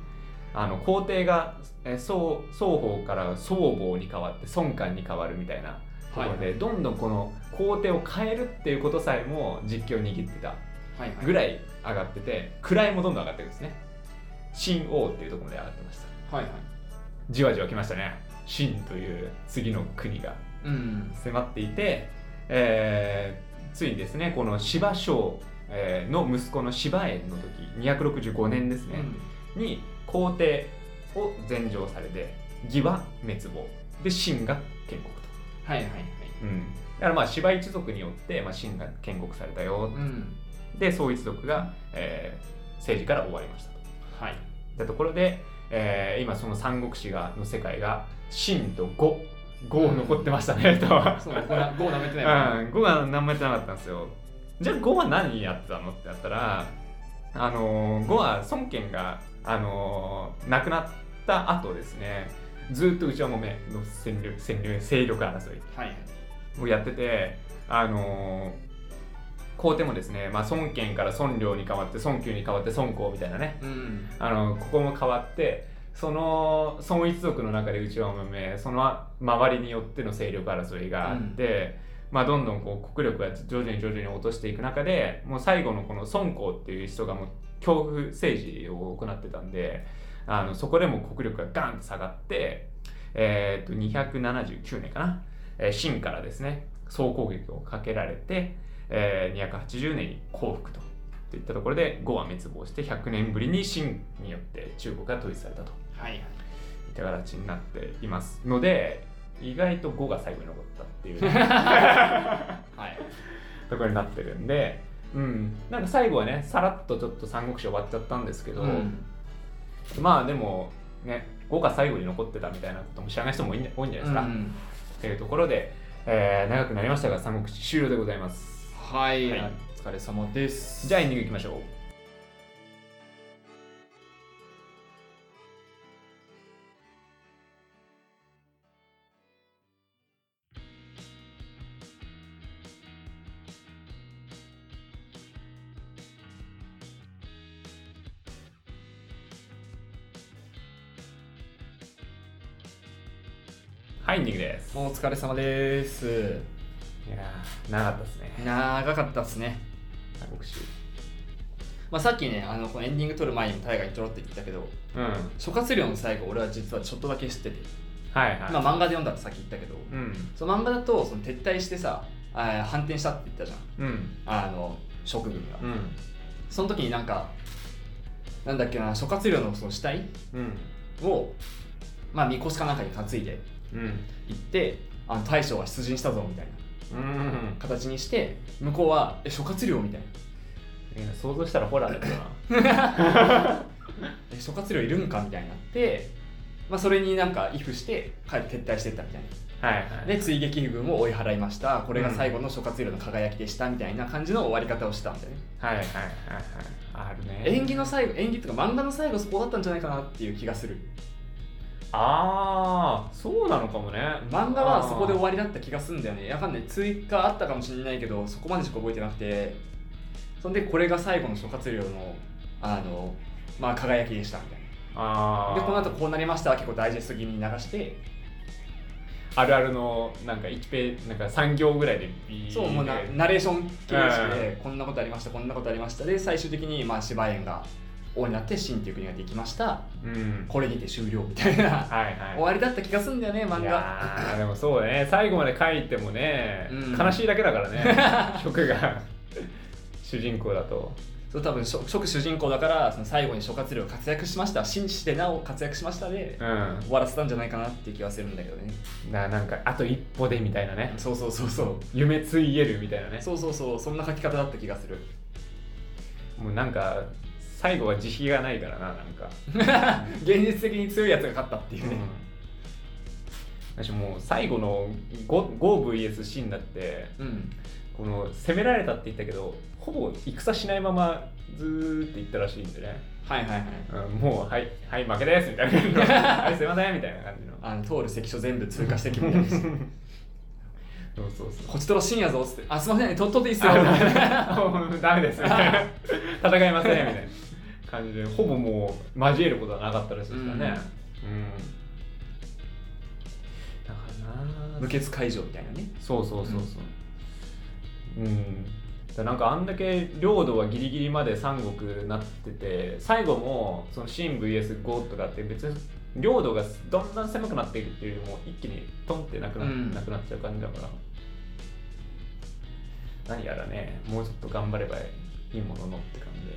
Speaker 1: あの皇帝が、えー、双双方から双方に変わって孫官に変わるみたいなとこ
Speaker 2: はい
Speaker 1: ろで、どんどんこの皇帝を変えるっていうことさえも実況握ってた
Speaker 2: はいはい
Speaker 1: ぐらい上がってて位もどんどん上がってるんですね新王っていうところまで上がってました
Speaker 2: はいはい
Speaker 1: じわじわ来ましたね秦という次の国が
Speaker 2: うん
Speaker 1: 迫っていて、えーついにですねこの芝生、えーの息子の芝園の時265年ですね、に皇帝を禅譲されて義は滅亡で秦が建国と、
Speaker 2: はいはいはい
Speaker 1: うん、だからまあ芝一族によって、まあ、秦が建国されたよ
Speaker 2: うん
Speaker 1: で宋一族が、えー政治から終わりましたと
Speaker 2: はい
Speaker 1: だところで、えー今その三国志がの世界が秦と呉呉残ってましたねと、
Speaker 2: そう5な5舐めてないもん
Speaker 1: う
Speaker 2: ね
Speaker 1: ん、5が何もやってなかったんですよじゃあ5は何やってたのってやったらあのー5は孫権が、あのー亡くなった後ですねずっと内輪もめの戦力戦力勢力争い
Speaker 2: はいはい
Speaker 1: をやっててあのー皇帝もですね、まあ、孫権から孫領に変わって孫宮に変わって孫公みたいなね
Speaker 2: うん
Speaker 1: あのここも変わってその孫一族の中で内輪もめその周りによっての勢力争いがあって、まあ、どんどんこう国力が徐々に徐々に落としていく中でもう最後のこの孫公っていう人がもう恐怖政治を行ってたんであのそこでもう国力がガンと下がって、えー、と279年かな、えー秦からですね総攻撃をかけられて、えー280年に降伏と。といったところで呉は滅亡して100年ぶりに秦によって中国が統一されたとい
Speaker 2: はいはい
Speaker 1: った形になっていますので意外と呉が最後に残ったっていうね、
Speaker 2: はい
Speaker 1: ところになってるんで、うん、なんか最後はねさらっとちょっと三国志終わっちゃったんですけど、
Speaker 2: うん
Speaker 1: まあでもね呉が最後に残ってたみたいなことも知らない人も多いんじゃ多いんじゃないですか、
Speaker 2: う
Speaker 1: っ
Speaker 2: ん
Speaker 1: ていうところで、えー長くなりましたが三国志終了でございます
Speaker 2: はい、
Speaker 1: はい
Speaker 2: お疲れ様です
Speaker 1: じゃあエンディングいきましょうはいエンディングです
Speaker 2: お疲れ様です
Speaker 1: いやー長かったですね
Speaker 2: 長かったですね
Speaker 1: 三国志
Speaker 2: まあ、さっきねあのこのエンディング撮る前にも大河にちょろって言ったけど
Speaker 1: うんはい
Speaker 2: 諸葛亮の最後俺は実はちょっとだけ知ってて、
Speaker 1: はい、
Speaker 2: まあ、漫画で読んだってさっき言ったけど、
Speaker 1: うん
Speaker 2: その漫画だとその撤退してさあー反転したって言ったじ
Speaker 1: うん
Speaker 2: ゃんあの職軍が、
Speaker 1: うん
Speaker 2: その時になんかなんだっけな諸葛亮のその死体
Speaker 1: うん
Speaker 2: をまあみこしかなんかに担いで
Speaker 1: うん
Speaker 2: 行ってあの大将は出陣したぞみたいな
Speaker 1: うん
Speaker 2: 形にして向こうはえ諸葛亮みたいない
Speaker 1: や想像したらホラーだけどな
Speaker 2: え諸葛亮いるんかみたいになって、まあ、それになんか畏怖して帰って撤退してったみたいな
Speaker 1: はいはい
Speaker 2: で追撃軍を追い払いましたこれが最後の諸葛亮の輝きでしたみたいな感じの終わり方をしたんだよね
Speaker 1: はいはいはいはいあるね
Speaker 2: 演技の最後演技とか漫画の最後そこだったんじゃないかなっていう気がする
Speaker 1: ああそうなのかもね
Speaker 2: 漫画はそこで終わりだった気がするんだよねわかんない追加あったかもしれないけどそこまでしか覚えてなくてそんでこれが最後の諸葛亮のあのまあ輝きでしたみたい
Speaker 1: あー
Speaker 2: なでこの後こうなりました結構ダイジェスト気味に流して
Speaker 1: あるあるのなんか1ページなんか3行ぐらいでビー
Speaker 2: そうもうな
Speaker 1: で
Speaker 2: ナレーション形式
Speaker 1: う
Speaker 2: でこんなことありましたこんなことありましたで最終的にまあ芝園が王になって秦っていう国ができました
Speaker 1: うん
Speaker 2: これにて終了みたいな
Speaker 1: はいはい
Speaker 2: 終わりだった気がするんだよね漫
Speaker 1: い
Speaker 2: 画
Speaker 1: やーでもそうだね最後まで書いてもね、
Speaker 2: うん
Speaker 1: 悲しいだけだからね曲が主人公だと
Speaker 2: そう多分諸諸主人公だからその最後に諸葛亮活躍しました秦してなお活躍しましたで
Speaker 1: うん
Speaker 2: 終わらせたんじゃないかなっていう気はするんだけどね
Speaker 1: ななんかあと一歩でみたいなね
Speaker 2: そうそうそうそう
Speaker 1: 夢ついえるみたいなね
Speaker 2: そうそうそうそんな書き方だった気がする
Speaker 1: もうなんか最後は慈悲がないからななんか、
Speaker 2: 現実的に強いやつが勝ったっていうね、
Speaker 1: 私もう最後の 5VS シーンだって
Speaker 2: うん、
Speaker 1: この攻められたって言ったけどほぼ戦しないままずーっていったらしいんでね、
Speaker 2: はいはいはい
Speaker 1: うん、もうはいはい負けですみたいな感じ のはいすいませんみたいな感じの
Speaker 2: あの通る関所全部通過してきみたいな
Speaker 1: そうそうそう
Speaker 2: こっちとろしんやぞっつって「あすいません取っとっていいっすよ」
Speaker 1: あもう ダメですみたいな 戦いませんみたいな感じでほぼもう交えることはなかったらしいですからねうん、だからな
Speaker 2: 無血解除みたいなね
Speaker 1: そうそうそうそううん、だからなんかあんだけ領土はギリギリまで三国なってて最後もその秦 VS5 とかって別に領土がどんどん狭くなっていくっていうよりも一気にトンってなくな,、
Speaker 2: うん
Speaker 1: なくなっちゃう感じだから何やらねもうちょっと頑張ればいいもののって感じで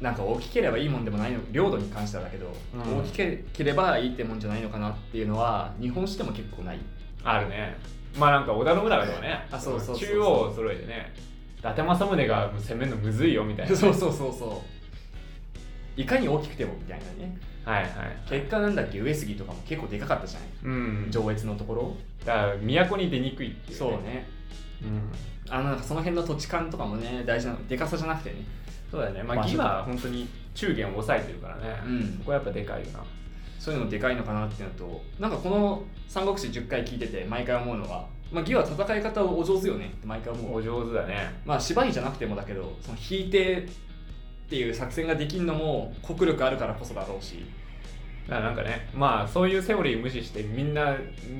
Speaker 2: なんか大きければいいもんでもないの領土に関してはだけど、
Speaker 1: うん
Speaker 2: 大きければいいってもんじゃないのかなっていうのは日本史でも結構ない
Speaker 1: あるねまあなんか織田信長とかね
Speaker 2: あそうそうそうそう
Speaker 1: 中央を揃えてね伊達政宗がもう攻めるのむずいよみたいな
Speaker 2: そうそうそうそう いかに大きくてもみたいなね
Speaker 1: はいはい
Speaker 2: 結果なんだっけ上杉とかも結構でかかったじゃない
Speaker 1: うんだか
Speaker 2: 上越のところ
Speaker 1: ら都に出にくいっていう、
Speaker 2: そうね
Speaker 1: うん
Speaker 2: あのなんかその辺の土地勘とかもね大事なでかさじゃなくてね
Speaker 1: そうだよねま
Speaker 2: ま
Speaker 1: あ
Speaker 2: あ
Speaker 1: 義は本当に中元を抑えてるからね、
Speaker 2: うん
Speaker 1: そこはやっぱでかいよな
Speaker 2: そういうのもでかいのかなっていうのとなんかこの「三国志」10回聞いてて毎回思うのが、まあ、義は戦い方をお上手よねって毎回思う
Speaker 1: お上手だね
Speaker 2: まあ芝居じゃなくてもだけどその引いてっていう作戦ができるのも国力あるからこそだろうし
Speaker 1: だからなんかねまあそういうセオリー無視してみんな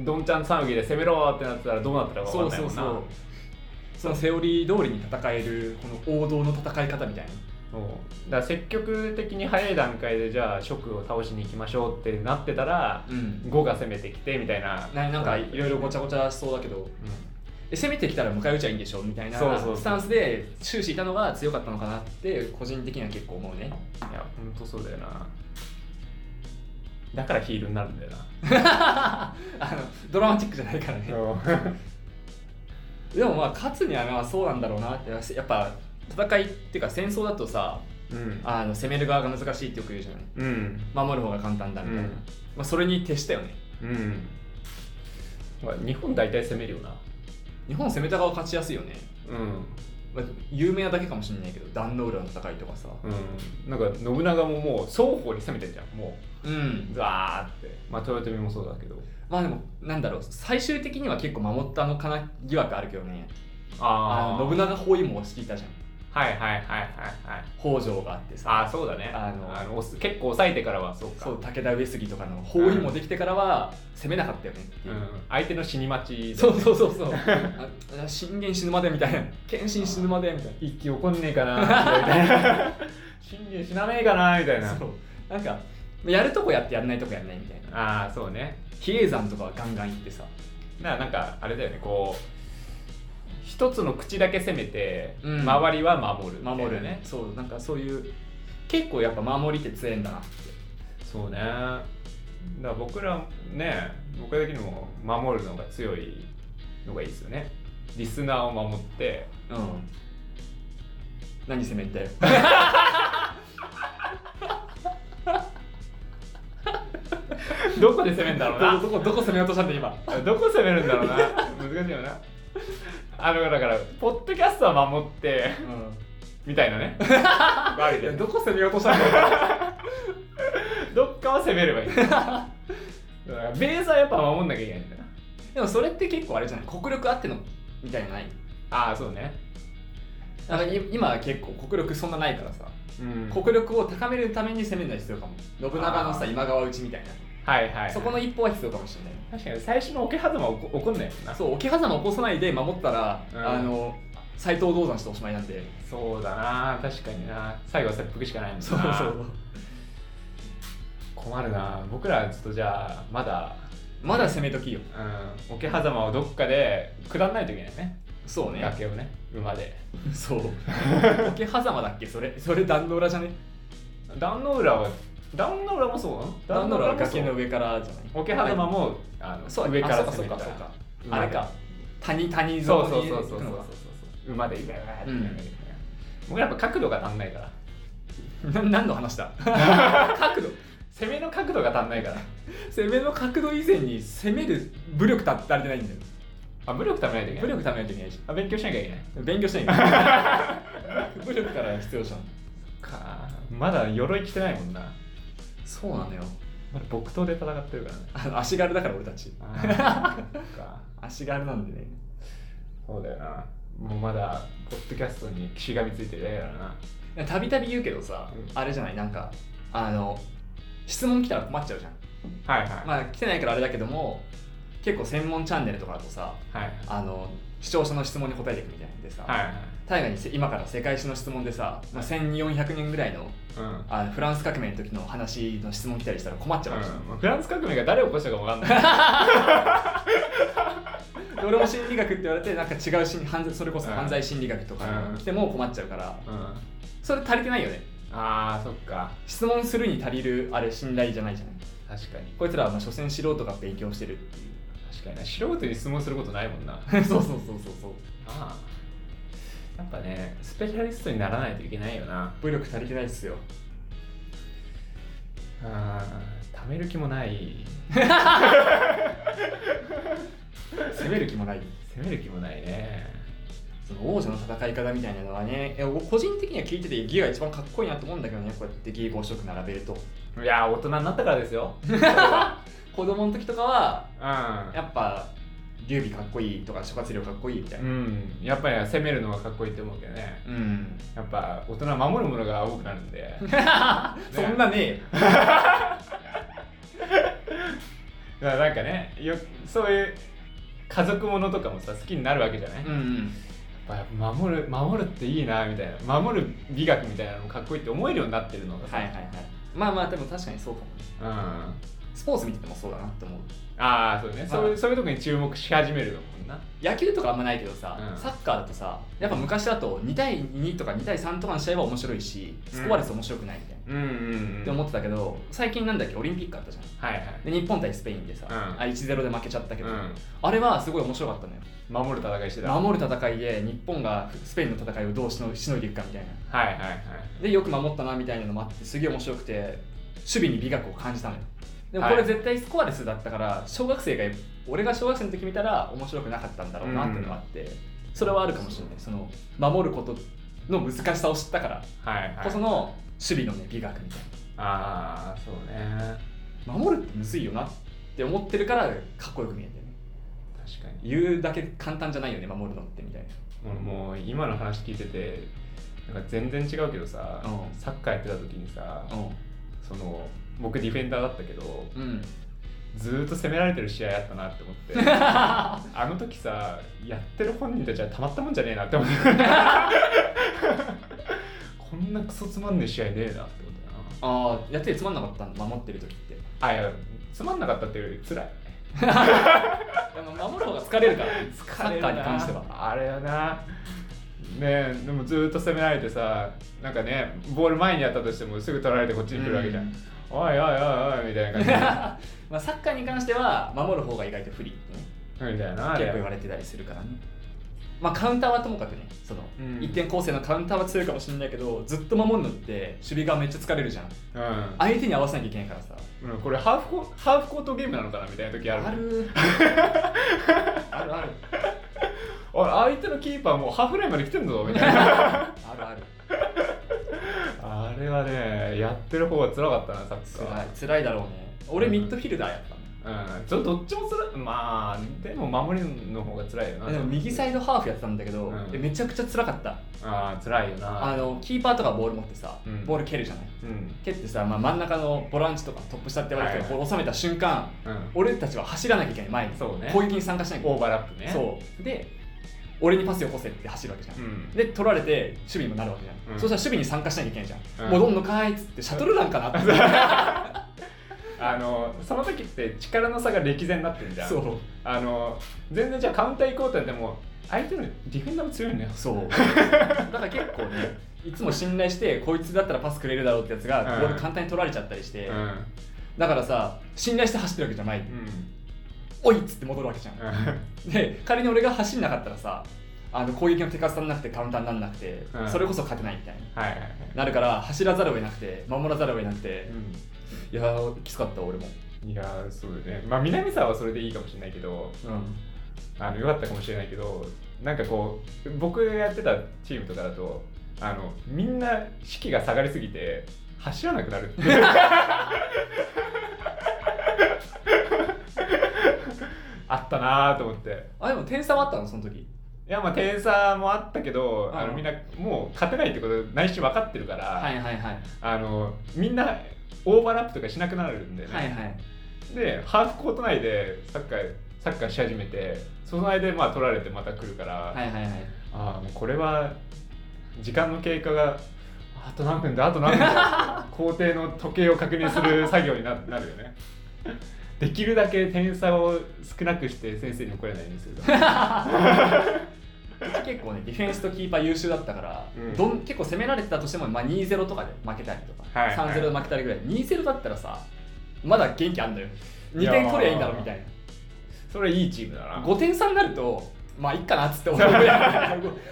Speaker 1: どんちゃん騒ぎで攻めろってなってたらどうなったらか
Speaker 2: そ
Speaker 1: 分
Speaker 2: う
Speaker 1: かんない
Speaker 2: そ
Speaker 1: も
Speaker 2: うん
Speaker 1: な
Speaker 2: そうそのセオリー通りに戦えるこの王道の戦い方みたい
Speaker 1: そうだから積極的に早い段階でじゃあ職を倒しに行きましょうってなってたら
Speaker 2: な,、うん、
Speaker 1: 5が攻めてきてみたいな
Speaker 2: ななんかいろいろごちゃごちゃしそうだけど
Speaker 1: う
Speaker 2: え攻めてきたら迎え撃ちゃいいんでしょみたいな
Speaker 1: そうそうそう
Speaker 2: スタンスで終始いたのが強かったのかなって個人的には結構思うね
Speaker 1: んいやほんとそうだよなだからヒールになるんだよな
Speaker 2: あのドラマチックじゃないからね でもまあ勝つにはまあそうなんだろうなってやっぱ戦いっていうか戦争だとさ
Speaker 1: うん
Speaker 2: あの攻める側が難しいってよく言うじゃ
Speaker 1: う
Speaker 2: ない
Speaker 1: ん
Speaker 2: 守る方が簡単だみたいな、
Speaker 1: うん
Speaker 2: まあ、それに徹したよね
Speaker 1: うんまあ日本大体攻めるよな
Speaker 2: 日本攻めた側勝ちやすいよね、
Speaker 1: うん
Speaker 2: まあ、有名なだけかもしれないけど壇ノ浦の戦いとかさ
Speaker 1: うんなんか信長ももう双方に攻めてんじゃんも
Speaker 2: うん
Speaker 1: うザーってまあ豊臣もそうだけど
Speaker 2: まあでもなんだろう最終的には結構守ったのかな疑惑あるけどねあの信長包囲網を敷いたじゃん
Speaker 1: はいはいはいはいはい
Speaker 2: 北条があってさ
Speaker 1: ああそうだね
Speaker 2: あの
Speaker 1: おす結構抑えてからはそうか
Speaker 2: そう武田上杉とかの包囲網できてからは攻めなかったよねって
Speaker 1: う
Speaker 2: いう、
Speaker 1: ん、相手の死に待ち
Speaker 2: そううそうそうそう あ信玄死ぬまでみたいな謙信死ぬまでみたいな
Speaker 1: 一気起こんねえかなみたい な信玄死なねえかなみたいな
Speaker 2: そうなんかやるとこやってやんないとこやんないみたいな
Speaker 1: ああそうね
Speaker 2: 比叡山とかはガンガン行ってさ
Speaker 1: だからなんかあれだよねこう一つの口だけ攻めて、
Speaker 2: うん
Speaker 1: 周りは守るみたいな
Speaker 2: 守るねそうなんかそういう結構やっぱ守りって強いんだなって
Speaker 1: そうねだから僕らね僕的にも守るのが強いのがいいですよねリスナーを守 って
Speaker 2: うん何攻めて
Speaker 1: どこで攻めんだろうな
Speaker 2: どどこどこ攻めようとしたんだ今
Speaker 1: どこ攻めるんだろうな難しいよなあのだからポッドキャストは守ってみたいなね悪い
Speaker 2: いや
Speaker 1: けど
Speaker 2: どこ攻めようとしたんだよ
Speaker 1: どっかは攻めればいい だからベースはやっぱ守んなきゃいけないんだな
Speaker 2: でもそれって結構あれじゃない国力あってのみたいなのない
Speaker 1: ああそうね
Speaker 2: あのい今は結構国力そんなないからさ
Speaker 1: うん
Speaker 2: 国力を高めるために攻めるのは必要かも信長のさ
Speaker 1: あー
Speaker 2: 今川討ちみたいな、
Speaker 1: はいはい、
Speaker 2: そこの一歩は必要かもしれない
Speaker 1: 確かに最初の桶狭間は起こ起こんないもんな
Speaker 2: そう桶狭間起こさないで守ったら、
Speaker 1: うん
Speaker 2: あの斎藤道山しておしまいなんで
Speaker 1: そうだな確かにな最後は切腹しかないもんな
Speaker 2: そうそう
Speaker 1: 困るな僕らはちょっとじゃあまだ
Speaker 2: まだ攻めときよ
Speaker 1: うん桶狭間をどっかで下んないといけないね
Speaker 2: そう ね
Speaker 1: 崖をね馬で
Speaker 2: そう桶狭間だっけそれそれ壇ノ浦じゃね
Speaker 1: 壇ノ浦は壇ノ浦もそうなの
Speaker 2: 壇ノ浦は崖の
Speaker 1: 上
Speaker 2: 上からじゃない
Speaker 1: 桶狭間もあの
Speaker 2: そう
Speaker 1: 上から
Speaker 2: あそ
Speaker 1: 攻
Speaker 2: う
Speaker 1: め
Speaker 2: か
Speaker 1: た
Speaker 2: そうかそう
Speaker 1: 馬で
Speaker 2: かあれか谷谷沿いに
Speaker 1: そうそうそうそうそう
Speaker 2: 行くのか
Speaker 1: そう馬でいく
Speaker 2: うん
Speaker 1: 僕やっぱ角度が足んないから
Speaker 2: な何の話だ 角度
Speaker 1: 攻めの角度が足んないから
Speaker 2: 攻めの角度以前に攻める武力たったれてないんだよ
Speaker 1: あ武力ためないといけない
Speaker 2: 武力ためないといけないし
Speaker 1: あ勉強しなきゃいけない
Speaker 2: 勉強しないんだ よ武力から必要じゃん
Speaker 1: かまだ鎧着てないもんな
Speaker 2: そうなのよ
Speaker 1: まだ木刀で戦ってるからね
Speaker 2: あの足軽だから俺たち
Speaker 1: あー そっか
Speaker 2: 足軽なんでね
Speaker 1: そうだよなもうまだポッドキャストにしがみついてるだけだからな
Speaker 2: たびたび言うけどさ、
Speaker 1: うん
Speaker 2: あれじゃないなんかあの質問来たら困っちゃうじゃん
Speaker 1: はいはい、
Speaker 2: まあ来てないからあれだけども結構専門チャンネルとかだとさ
Speaker 1: はいはい
Speaker 2: あの視聴者の質問に答えていくみたいなんでさ、
Speaker 1: はいはい
Speaker 2: 大河にせ今から世界史の質問でさ、まあ、1400年ぐらいの
Speaker 1: うん
Speaker 2: あのフランス革命の時の話の質問来たりしたら困っちゃうわけじゃん
Speaker 1: うんフランス革命が誰を起こしたかわかん ない。
Speaker 2: で俺も心理学って言われてなんか違う心理犯罪それこそ
Speaker 1: うん
Speaker 2: 犯罪心理学とか
Speaker 1: うん
Speaker 2: 来ても困っちゃうから
Speaker 1: うん、
Speaker 2: それ足りてないよね
Speaker 1: ああそっか
Speaker 2: 質問するに足りるあれ信頼じゃないじゃない
Speaker 1: 確かに
Speaker 2: こいつらはまあ所詮素人が勉強してるってい
Speaker 1: 確かにな素人に質問することないも んな
Speaker 2: う そうそうそうそうそう
Speaker 1: ああやっぱねスペシャリストにならないといけないよな
Speaker 2: 武力足りてないっすよ
Speaker 1: あー貯める気もない
Speaker 2: 攻める気もない
Speaker 1: 攻める気もないね
Speaker 2: その王者の戦い方みたいなのはねいや個人的には聞いててギガが一番かっこいいなと思うんだけどねこうやってギガ5色並べると
Speaker 1: いやー大人になったからですよそれは
Speaker 2: 子供の時とかは
Speaker 1: うん
Speaker 2: やっぱ劉備かっこいいとか諸葛亮かっこいいみたいうな、
Speaker 1: ん、やっぱり攻めるのがかっこいいと思うけどね
Speaker 2: うん、
Speaker 1: やっぱ大人は守るものが多くなるん で
Speaker 2: そんなね
Speaker 1: だからなんかねよそういう家族ものとかもさ好きになるわけじゃない、
Speaker 2: う
Speaker 1: やっ
Speaker 2: ん
Speaker 1: ぱ守る守るっていいなみたいな守る美学みたいなのもかっこいいって思えるようになってるのがさ、
Speaker 2: はいはいはいまあまあでも確かにそうかもね
Speaker 1: うん、あ
Speaker 2: スポーツ見ててもそうだなって思う
Speaker 1: あそうね、
Speaker 2: い
Speaker 1: そういうそういうとこに注目し始めるのもんな
Speaker 2: 野球とかあんまないけどさ、
Speaker 1: うん
Speaker 2: サッカーだとさやっぱ昔だと2対2とか2対3とかの試合は面白いしスコアレス面白くないみたいな、
Speaker 1: うんうん、
Speaker 2: って思ってたけど最近なんだっけオリンピックあったじゃん
Speaker 1: はいはい、
Speaker 2: で日本対スペインでさ、
Speaker 1: うん
Speaker 2: あ1-0で負けちゃったけ
Speaker 1: う
Speaker 2: ど、
Speaker 1: ん、
Speaker 2: あれはすごい面白かったのよ
Speaker 1: 守る戦いしてた
Speaker 2: 守る戦いで日本がスペインの戦いをどうしのしのいでいくかみたいな
Speaker 1: はいはいはい
Speaker 2: でよく守ったなみたいなのもあってすげえ面白くて守備に美学を感じたのよでもこれ
Speaker 1: はい
Speaker 2: 絶対スコアレスだったから小学生が俺が小学生の時見たら面白くなかったんだろうなっていうのがあって、それはあるかもしれないその守ることの難しさを知ったから
Speaker 1: はいはい
Speaker 2: こその守備の、ね、美学みたい
Speaker 1: ああそうね
Speaker 2: な守るってむずいよなって思ってるからかっこよく見えてね
Speaker 1: 確かに
Speaker 2: 言うだけ簡単じゃないよね守るのってみたいな
Speaker 1: 俺もう今の話聞いててなんか全然違うけどさ、
Speaker 2: うん
Speaker 1: サッカーやってた時にさ、
Speaker 2: う
Speaker 1: その僕ディフェンダーだったけど
Speaker 2: ん、うん、
Speaker 1: ずーっと攻められてる試合あったなって思って あの時さやってる本人たちはたまったもんじゃねえなって思って こんなクソつまんねえ試合ねえなって思ったな
Speaker 2: ああやっててつまんなかったんだ守ってる時って
Speaker 1: あいやつまんなかったっていうよりつらい
Speaker 2: でも守る方が疲れるからねサッカーに関しては
Speaker 1: あれよなねえでもずーっと攻められてさなんかねボール前にやったとしてもすぐ取られてこっちに来るわけじゃん、
Speaker 2: うん
Speaker 1: おいおいおいおいみた いな感
Speaker 2: まあ、サッカーに関しては守る方が意外と不利ってね
Speaker 1: じみたいなあ
Speaker 2: 結
Speaker 1: れ
Speaker 2: 構言われてたりするからねまあカウンターはともかくねその、
Speaker 1: うん
Speaker 2: 一点構成のカウンターは強いかもしれないけどずっと守るのって守備がめっちゃ疲れるじゃん
Speaker 1: うん
Speaker 2: 相手に合わせなきゃいけないからさ
Speaker 1: うんこれハーフコハーフコートゲームなのかなみたいな時ある
Speaker 2: あるあるある
Speaker 1: おい相手のキーパーもうハーフラインまで来てんぞみたい な
Speaker 2: あるある
Speaker 1: あれはねやってる方が辛かったなサッカ
Speaker 2: 辛
Speaker 1: ー
Speaker 2: い辛いだろうね俺ミッドフィルダーやったの
Speaker 1: うんちょどっちも辛いまあでも守りの方が辛いよな
Speaker 2: でも右サイドハーフやってたんだけど、
Speaker 1: うん
Speaker 2: えめちゃくちゃ辛かった
Speaker 1: ああ辛いよな
Speaker 2: あのキーパーとかボール持ってさ、
Speaker 1: うん
Speaker 2: ボール蹴るじゃない
Speaker 1: うん
Speaker 2: 蹴ってさ、まあ、真ん中のボランチとかトップ下って言われて
Speaker 1: はい
Speaker 2: ボール収めた瞬間
Speaker 1: うん
Speaker 2: 俺たちは走らなきゃいけない前に
Speaker 1: そうね
Speaker 2: 攻撃に参加しなきゃい
Speaker 1: オーバーラップ
Speaker 2: け
Speaker 1: ね
Speaker 2: ないそうで俺にパスよこせって走るわけじゃん、
Speaker 1: うん
Speaker 2: で取られて守備にもなるわけじゃん、
Speaker 1: うん
Speaker 2: そしたら守備に参加しなきゃいけないじゃん、
Speaker 1: うん
Speaker 2: 戻んのかーいっつってシャトルランかなって
Speaker 1: あのその時って力の差が歴然になって るじゃん
Speaker 2: そう
Speaker 1: あの全然じゃあカウンター行こうってなっても相手のディフェンダーも強いんだよ
Speaker 2: そうだから結構ねいつも信頼してこいつだったらパスくれるだろうってやつが
Speaker 1: うん
Speaker 2: ボール簡単に取られちゃったりして、
Speaker 1: うんうん
Speaker 2: だからさ信頼して走ってるわけじゃない、おいっつって戻るわけじゃん、で仮に俺が走んなかったらさあの攻撃の手数足んなくてカウンターになんなくて、
Speaker 1: うん
Speaker 2: それこそ勝てないみたいに
Speaker 1: はいはいはい
Speaker 2: なるから走らざるを得なくて守らざるを得なくて、いやーきつかった俺も、
Speaker 1: いやーそうだねまあ南沢はそれでいいかもしれないけど
Speaker 2: う
Speaker 1: あのよかったかもしれないけどなんかこう僕がやってたチームとかだとあのみんな士気が下がりすぎて走らなくなるって いうあったなーと思って
Speaker 2: ん、あでも点差はあったのその時
Speaker 1: いやまあ点差もあったけど、あ
Speaker 2: う
Speaker 1: の
Speaker 2: ん
Speaker 1: みんなもう勝てないってこと内心分かってるから、
Speaker 2: はいはいはい
Speaker 1: あのみんなオーバーラップとかしなくなるんでね、
Speaker 2: はいはい
Speaker 1: でハーフコート内でサッカーサッカーし始めてその間でまあ取られてまた来るから、
Speaker 2: はいはいはい
Speaker 1: ああもうこれは時間の経過があと何分だあと何分 だ工程の時計を確認する作業にななるよねできるだけ点差を少なくして先生に怒られないようにすると
Speaker 2: 結構ね、ディフェンスとキーパー優秀だったから、
Speaker 1: うん
Speaker 2: どん結構攻められてたとしても、まあ、2-0とかで負けたりとか、
Speaker 1: はいはい
Speaker 2: 3-0で負けたりぐらい、2-0だったらさ、まだ元気あんだよ。2点取りゃいいんだろみたい
Speaker 1: それいいチームだな
Speaker 2: な。5点差になると、まあいっかなっつって 俺も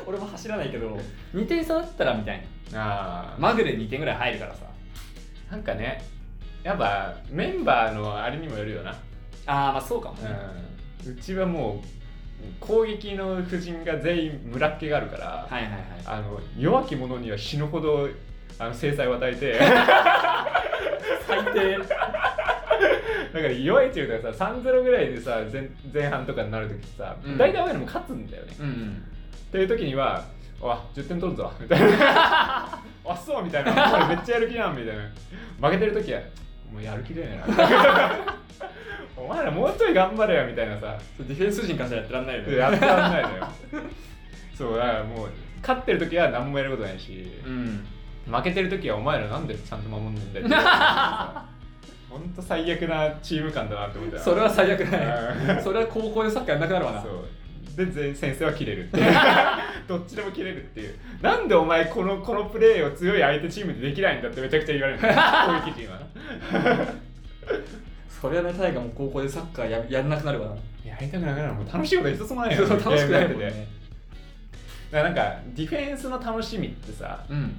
Speaker 2: 俺も走らないけど、2点差だったらみたいな。
Speaker 1: あー
Speaker 2: まぐれ2点ぐらい入るからさ。
Speaker 1: なんかねやっぱメンバーのあれにもよるよな、
Speaker 2: ああ、まあそうかもね。
Speaker 1: うん、うちはもう攻撃の布陣が全員村っ気があるから、
Speaker 2: はいはいはい。
Speaker 1: あの弱き者には死ぬほどあの制裁を与え て
Speaker 2: 最低。
Speaker 1: だから弱いチームとかさ3-0ぐらいでさ前前半とかになるときさ、
Speaker 2: うん
Speaker 1: 大体俺らも勝つんだよね、
Speaker 2: うんうん。
Speaker 1: っていう時には「あ10点取るぞ」みたいな 「あそう」みたいな「俺めっちゃやる気なん」みたいな負けてる時は「もうやる気だよな」 お前らもうちょい頑張れよ」みたいなさ
Speaker 2: それディフェンス陣からしたらやってらんないよね。
Speaker 1: やってらんないのよそうだからもう勝ってる時は何もやることないし、
Speaker 2: うん。
Speaker 1: 負けてる時は「お前らなんでちゃんと守んねんだよ」ってさほんと最悪なチーム感だなって思った
Speaker 2: それは最悪
Speaker 1: う
Speaker 2: だ
Speaker 1: ん
Speaker 2: ね。それは高校でサッカーなくなるわな。
Speaker 1: そうで全先生は切れるって いうどっちでも切れるっていうなんでお前このこのプレーを強い相手チームでできないんだってめちゃくちゃ言わ れる攻撃陣は
Speaker 2: そりゃね、タイガも高校でサッカーややらなくなるわな。
Speaker 1: やりたくなくなるもう楽しいこと一つもない
Speaker 2: そ
Speaker 1: よ
Speaker 2: う楽しくないもん
Speaker 1: ゲームやってて
Speaker 2: ね。
Speaker 1: だからなんかディフェンスの楽しみってさ
Speaker 2: うん。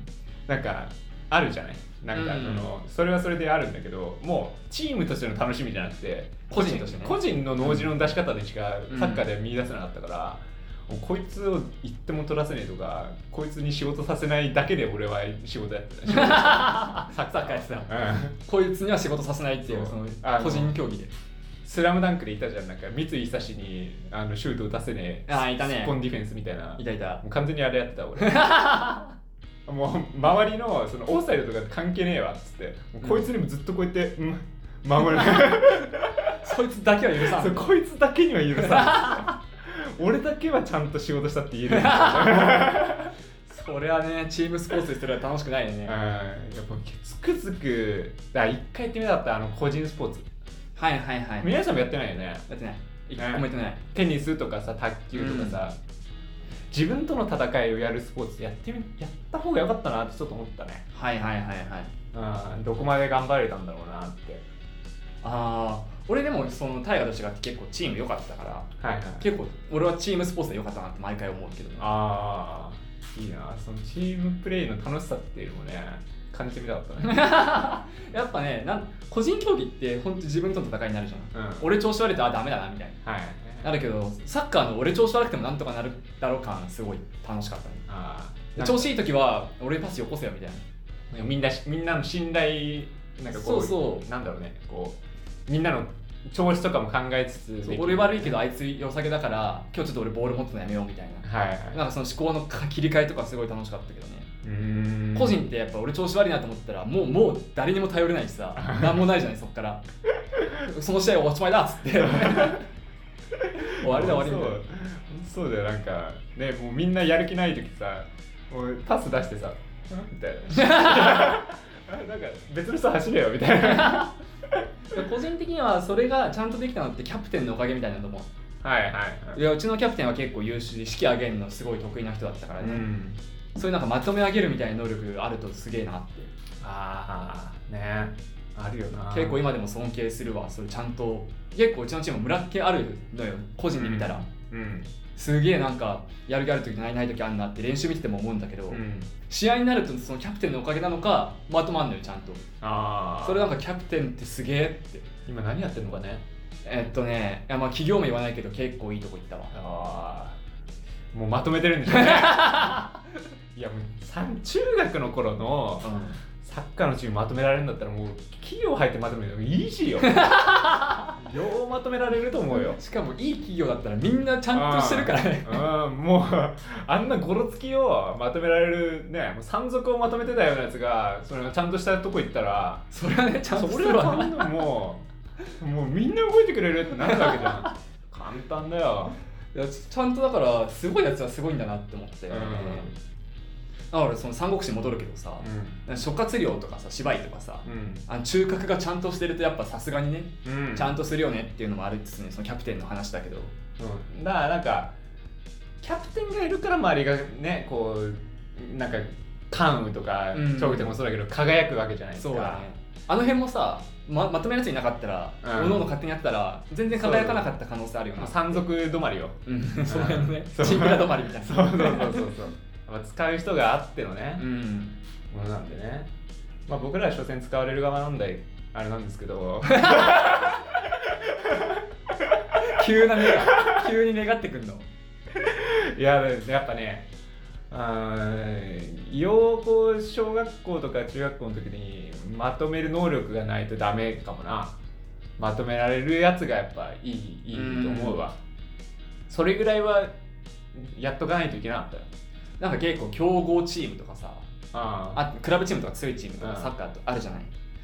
Speaker 1: なんかあるじゃないなんか
Speaker 2: う
Speaker 1: そ
Speaker 2: ん
Speaker 1: の、それはそれであるんだけどもうチームとしての楽しみじゃなくて
Speaker 2: 個人としてね
Speaker 1: 個人の脳汁の出し方でしか
Speaker 2: うん
Speaker 1: サッカーでは見出せなかったから、もうこいつを言っても取らせねえとかこいつに仕事させないだけで俺は仕事や ってた仕事
Speaker 2: サッカーやってた。
Speaker 1: うん
Speaker 2: こいつには仕事させないっていう、
Speaker 1: そ
Speaker 2: そうの
Speaker 1: あの
Speaker 2: 個人競技で。
Speaker 1: スラムダンクでいたじゃんなんか三井久志にあのシュート打たせねえ
Speaker 2: あーいたね
Speaker 1: スッポンディフェンスみたいない
Speaker 2: たいた
Speaker 1: も。う完全にあれやってた俺 もう周りのそのオフサイドとか関係ねえわっつってもうこいつにもずっとこうやって「うん 守る」
Speaker 2: そいつだけは許さん。
Speaker 1: そうこいつだけには許 さん俺だけはちゃんと仕事したって言え るんだ
Speaker 2: そりゃね、チームスポーツでするのは楽しくないよ
Speaker 1: け
Speaker 2: ね。
Speaker 1: どうん
Speaker 2: はい
Speaker 1: やっぱつくづくだから一回やってみたかったあの個人スポーツ
Speaker 2: はいはい。や
Speaker 1: 皆さんもやってないよね
Speaker 2: ってない。一
Speaker 1: ね
Speaker 2: 個もやってない。
Speaker 1: テニスとかさ卓球とかさ、自分との戦いをやるスポーツやってみやった方が良かったなってちょっと思ったね、
Speaker 2: はいはいはいはい。
Speaker 1: うん、どこまで頑張れたんだろうなって
Speaker 2: ああ、俺でもそのタイガーと違って結構チーム良かったから、
Speaker 1: はいはい
Speaker 2: 結構俺はチームスポーツで良かったなって毎回思うけどね。
Speaker 1: ああいいなそのチームプレーの楽しさっていうのもね感じてみたかったね、
Speaker 2: やっぱねなん個人競技って本当自分との戦いになるじゃん、
Speaker 1: うん、はい
Speaker 2: 俺調子悪いとあダメだなみたいななるけどサッカーの俺調子悪くてもなんとかなるだろう感すごい楽しかったね
Speaker 1: あー
Speaker 2: で調子いい時は俺パスよこせよみたいな
Speaker 1: みんなしみんなの信頼なんかこう
Speaker 2: そうそう
Speaker 1: なんだろうねこうみんなの調子とかも考えつつ
Speaker 2: そう俺悪いけど
Speaker 1: は
Speaker 2: あ
Speaker 1: い
Speaker 2: いつ良さげだから今日ちょっと俺ボール持ってのやめようみたいな
Speaker 1: はい
Speaker 2: なんかその思考の切り替えとかすごい楽しかったけどね
Speaker 1: うーん
Speaker 2: 個人ってやっぱ俺調子悪いなと思ったらもうもう誰にも頼れないし さなんもないじゃないそっからその試合おしまいだっつ って終わりだ終わりみたいな
Speaker 1: そうそうだよなんかねもうみんなやる気ない時さもうパス出してさんみたいな あなんか別の人走れよみたいな
Speaker 2: 個人的にはそれがちゃんとできたのってキャプテンのおかげみたいなのも
Speaker 1: はいはい
Speaker 2: いやうちのキャプテンは結構優秀で式上げるのすごい得意な人だったから
Speaker 1: はい、
Speaker 2: ね、そういうなんかまとめ上げるみたいな能力あるとすげえなって
Speaker 1: ああねあるよな
Speaker 2: 結構今でも尊敬するわそれちゃんと結構うちのチーム村っ気あるのよ個人で見たら、
Speaker 1: うん
Speaker 2: すげえなんかやる気ある時ないない時あんなって練習見てても思うんだけど、
Speaker 1: うん
Speaker 2: 試合になるとそのキャプテンのおかげなのかまとまんのよちゃんと
Speaker 1: ああ
Speaker 2: それなんかキャプテンってすげえって
Speaker 1: 今何やってんのかね
Speaker 2: えっとねいやまあ企業も言わないけど結構いいとこ行ったわ
Speaker 1: ああもうまとめてるんでしょうね いやもうさ中学の頃の
Speaker 2: うん
Speaker 1: サッカーのチームまとめられるんだったらもう企業入ってまとめるのイージー よようまとめられると思うよ
Speaker 2: しかもいい企業だったらみんなちゃんとしてるからね
Speaker 1: うんもうあんなゴロつきをまとめられるねもう山賊をまとめてたようなやつがそれちゃんとしたとこ行ったら
Speaker 2: それはねちゃんと
Speaker 1: そ
Speaker 2: す
Speaker 1: れ
Speaker 2: る
Speaker 1: は
Speaker 2: わ
Speaker 1: 簡単もうもうみんな動いてくれるってなるわけじゃん簡単だよ
Speaker 2: いやちゃんとだからすごいやつはすごいんだなって思って、
Speaker 1: うん
Speaker 2: だからその三国志に戻るけどさ、
Speaker 1: う
Speaker 2: 諸葛亮とかさ芝居とかさ、
Speaker 1: ん
Speaker 2: あの中核がちゃんとしてるとやっぱさすがにね、
Speaker 1: うん、うん
Speaker 2: ちゃんとするよねっていうのもあるっつつねそのキャプテンの話だけど
Speaker 1: うん、だからなんかキャプテンがいるから周りがねこうなんか関羽とか
Speaker 2: うん
Speaker 1: 長でもそうだけど輝くわけじゃないですか、
Speaker 2: そうだねあの辺もさままとめるやついなかったら、
Speaker 1: う
Speaker 2: うんん、各々勝手にやったら全然輝かなかった可能性あるよ
Speaker 1: ま
Speaker 2: な
Speaker 1: あ、山賊止まりよ
Speaker 2: うん、その辺のね
Speaker 1: そう
Speaker 2: チンピラ止まりみたいな
Speaker 1: そうそうそうそうそう やっぱ使う人があってのね、
Speaker 2: うん
Speaker 1: ものなんでね、まあ、僕らは所詮使われる側なんであれなんですけど
Speaker 2: 急な目が急に願ってくんの
Speaker 1: いややっぱねあーようこう小学校とか中学校の時にまとめる能力がないとダメかもなまとめられるやつがやっぱいいいいと思うわそれぐらいはやっとかないといけなかったよ
Speaker 2: なんか結構強豪チームとかさ
Speaker 1: あ
Speaker 2: あクラブチームとか強いチームとか
Speaker 1: うん
Speaker 2: サッカーとあるじゃない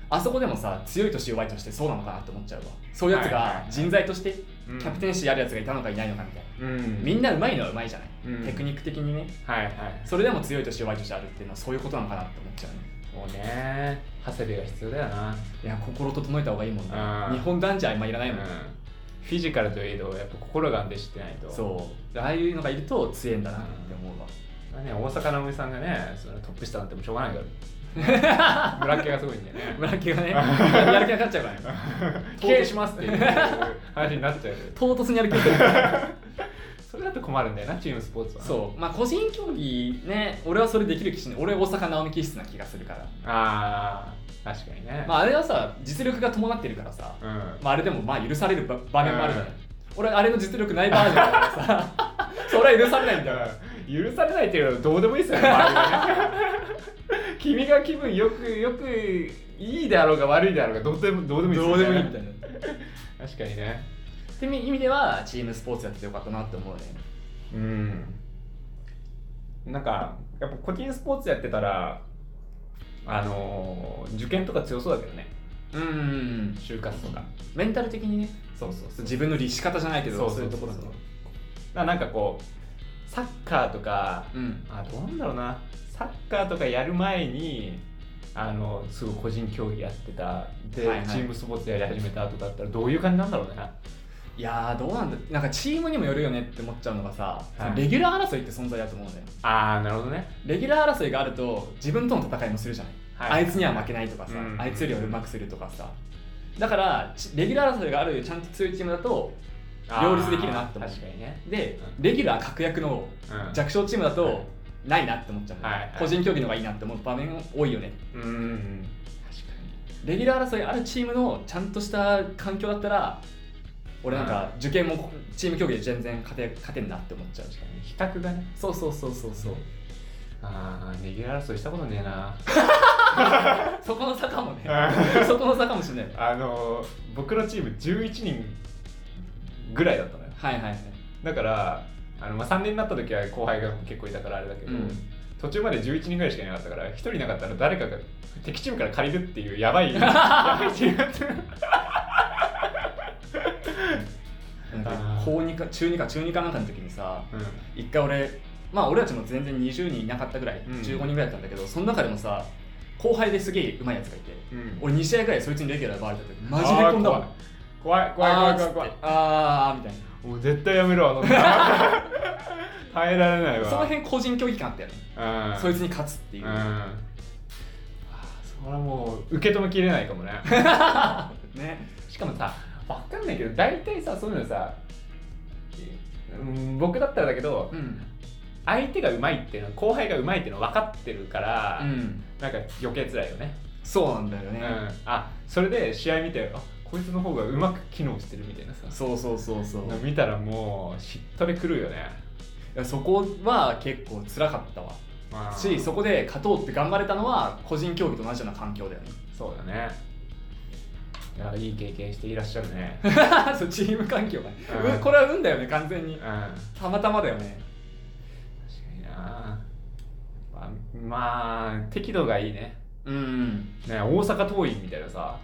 Speaker 2: あそこでもさ強いとして弱いとしてそうなのかなって思っちゃうわそういうやつ
Speaker 1: はいはい
Speaker 2: が
Speaker 1: はい
Speaker 2: 人材としてキ
Speaker 1: うん
Speaker 2: ャプテンシーあるやつがいたのかいないのかみたいな、
Speaker 1: あうん
Speaker 2: みんなうまいのはうまいじゃない、
Speaker 1: うん
Speaker 2: テクニック的にね
Speaker 1: はいはい
Speaker 2: それでも強いとして弱いとしてあるっていうのはそういうことなのかなって思っちゃうね
Speaker 1: もうね長谷部が必要だよない
Speaker 2: や心整えた方がいいもんね
Speaker 1: うん
Speaker 2: 日本男子は今いらないもん、
Speaker 1: うんフィジカルといえどやっぱ心が安定してないと
Speaker 2: そうああいうのがいると強いんだなって思うわ、
Speaker 1: まあね、大阪なおみさんがねそのトップ下なんてもうしょうがない からブラッケがすごいんだよね
Speaker 2: 村木が ねやる気なくなっちゃうからね
Speaker 1: 経営しますっていう話になっちゃう
Speaker 2: 唐突にやる気なくなっちゃう
Speaker 1: それだと困るんだよなチームスポーツは
Speaker 2: そうまあ個人競技ね俺はそれできる気しない俺大阪直美気質な気がするから
Speaker 1: ああ確かにね、
Speaker 2: まああれはさ実力が伴ってるからさ、
Speaker 1: うん、
Speaker 2: まああれでもまあ許されるば場面もあるじゃない、俺あれの実力ないバージョンだから さそれは許されないんだ
Speaker 1: だ
Speaker 2: よ
Speaker 1: から許されないっていうのはどうでもいいですよね周りがね 君が気分よくよくいいであろうが悪いであろうがどうでもどうでもいいですよ
Speaker 2: どう
Speaker 1: ね
Speaker 2: でもいいみたいな
Speaker 1: 確かにね
Speaker 2: って意味ではチームスポーツやっててよかったなって思うね
Speaker 1: うんなんかやっぱ個人スポーツやってたらあのー受験とか強そうだけどね
Speaker 2: うん
Speaker 1: 就活とか
Speaker 2: メンタル的にね
Speaker 1: そうそうそう
Speaker 2: 自分の律し方じゃないけど
Speaker 1: そう
Speaker 2: そう
Speaker 1: そう
Speaker 2: いう
Speaker 1: そ
Speaker 2: と
Speaker 1: う
Speaker 2: ころ
Speaker 1: だ
Speaker 2: の
Speaker 1: からなんかこうサッカーとか
Speaker 2: うん
Speaker 1: あどうなんだろうなサッカーとかやる前にあのすごい個人競技やってたで、
Speaker 2: はいはい
Speaker 1: チームスポーツやり始めた後だったらどういう感じなんだろうね
Speaker 2: いやーどうなんだなんかチームにもよるよねって思っちゃうのがさ、
Speaker 1: はい
Speaker 2: レギュラー争いって存在だと思うね
Speaker 1: ああなるほどね
Speaker 2: レギュラー争いがあると自分との戦いもするじゃない、
Speaker 1: はい
Speaker 2: あいつには負けないとかさ、
Speaker 1: うん
Speaker 2: あいつより俺うまくするとかさだからちレギュラー争いがあるちゃんと強いチームだと
Speaker 1: あー
Speaker 2: 両立できるなって思う
Speaker 1: 確かにね、
Speaker 2: で
Speaker 1: う
Speaker 2: レギュラー確約の
Speaker 1: うん、
Speaker 2: 弱小チームだとないなって思っちゃう、
Speaker 1: はいはい
Speaker 2: 個人競技の方がいいなって思う場面多いよね
Speaker 1: うんうんうん確かに
Speaker 2: レギュラー争いあるチームのちゃんとした環境だったら俺なんか受験もチーム競技で全然勝て勝てんなって思っちゃ うし
Speaker 1: 比較がね
Speaker 2: そうそうそうそうそう
Speaker 1: ああレギュラー争いしたことねえな
Speaker 2: そこの差かもね
Speaker 1: あ
Speaker 2: そこの差かもしれない
Speaker 1: あの僕のチーム11人ぐらいだったのよ
Speaker 2: はいはいはい
Speaker 1: だからあの、まあ、3年になった時は後輩が結構いたからあれだけど、
Speaker 2: うん
Speaker 1: 途中まで11人ぐらいしかいなかったから1人いなかったら誰かが敵チームから借りるっていうやば いやばいチームだった
Speaker 2: なんか
Speaker 1: あー
Speaker 2: 高2か中2か中2かなんかの時にさ一回俺まあ俺たちも全然20人いなかったぐらい、
Speaker 1: うん
Speaker 2: 15人ぐらいだったんだけどその中でもさ後輩ですげえうまいやつがいて
Speaker 1: うん、うん、
Speaker 2: 俺2試合ぐらいそいつにレギュラー奪われた時マジへこんだわ
Speaker 1: あー怖い怖い怖い
Speaker 2: あー
Speaker 1: 怖い怖
Speaker 2: っつっ
Speaker 1: い
Speaker 2: てあーみたいな
Speaker 1: もう絶対やめろあの耐えられないわ
Speaker 2: その辺個人競技感あったよね、
Speaker 1: うん
Speaker 2: そいつに勝つっていう、
Speaker 1: うんあーそれはもう受け止めきれないかも ね
Speaker 2: ね
Speaker 1: しかもさ分かんないけど大体さそういうのさ、うん、僕だったらだけど、
Speaker 2: うん
Speaker 1: 相手がうまいっていうのは後輩がうまいっていうのは分かってるから、
Speaker 2: うん
Speaker 1: なんか余計辛いよね、
Speaker 2: そうなんだよ
Speaker 1: う
Speaker 2: ね
Speaker 1: ん、あそれで試合見てあこいつの方がうまく機能してるみたいなさ
Speaker 2: そうそうそうそうい
Speaker 1: 見たらもうしっとりくるよね
Speaker 2: やそこは結構辛かったわ
Speaker 1: まあ
Speaker 2: しそこで勝とうって頑張れたのは個人競技と同じような環境だ よね
Speaker 1: そうだねいやいい経験していらっしゃる ね
Speaker 2: そうチーム環境が、
Speaker 1: うん
Speaker 2: うこれは運だよね完全
Speaker 1: うん
Speaker 2: に
Speaker 1: 確か
Speaker 2: たまたまだよね
Speaker 1: になまあ、まあ、適度がいいね
Speaker 2: うん
Speaker 1: ね大阪桐蔭みたいなさ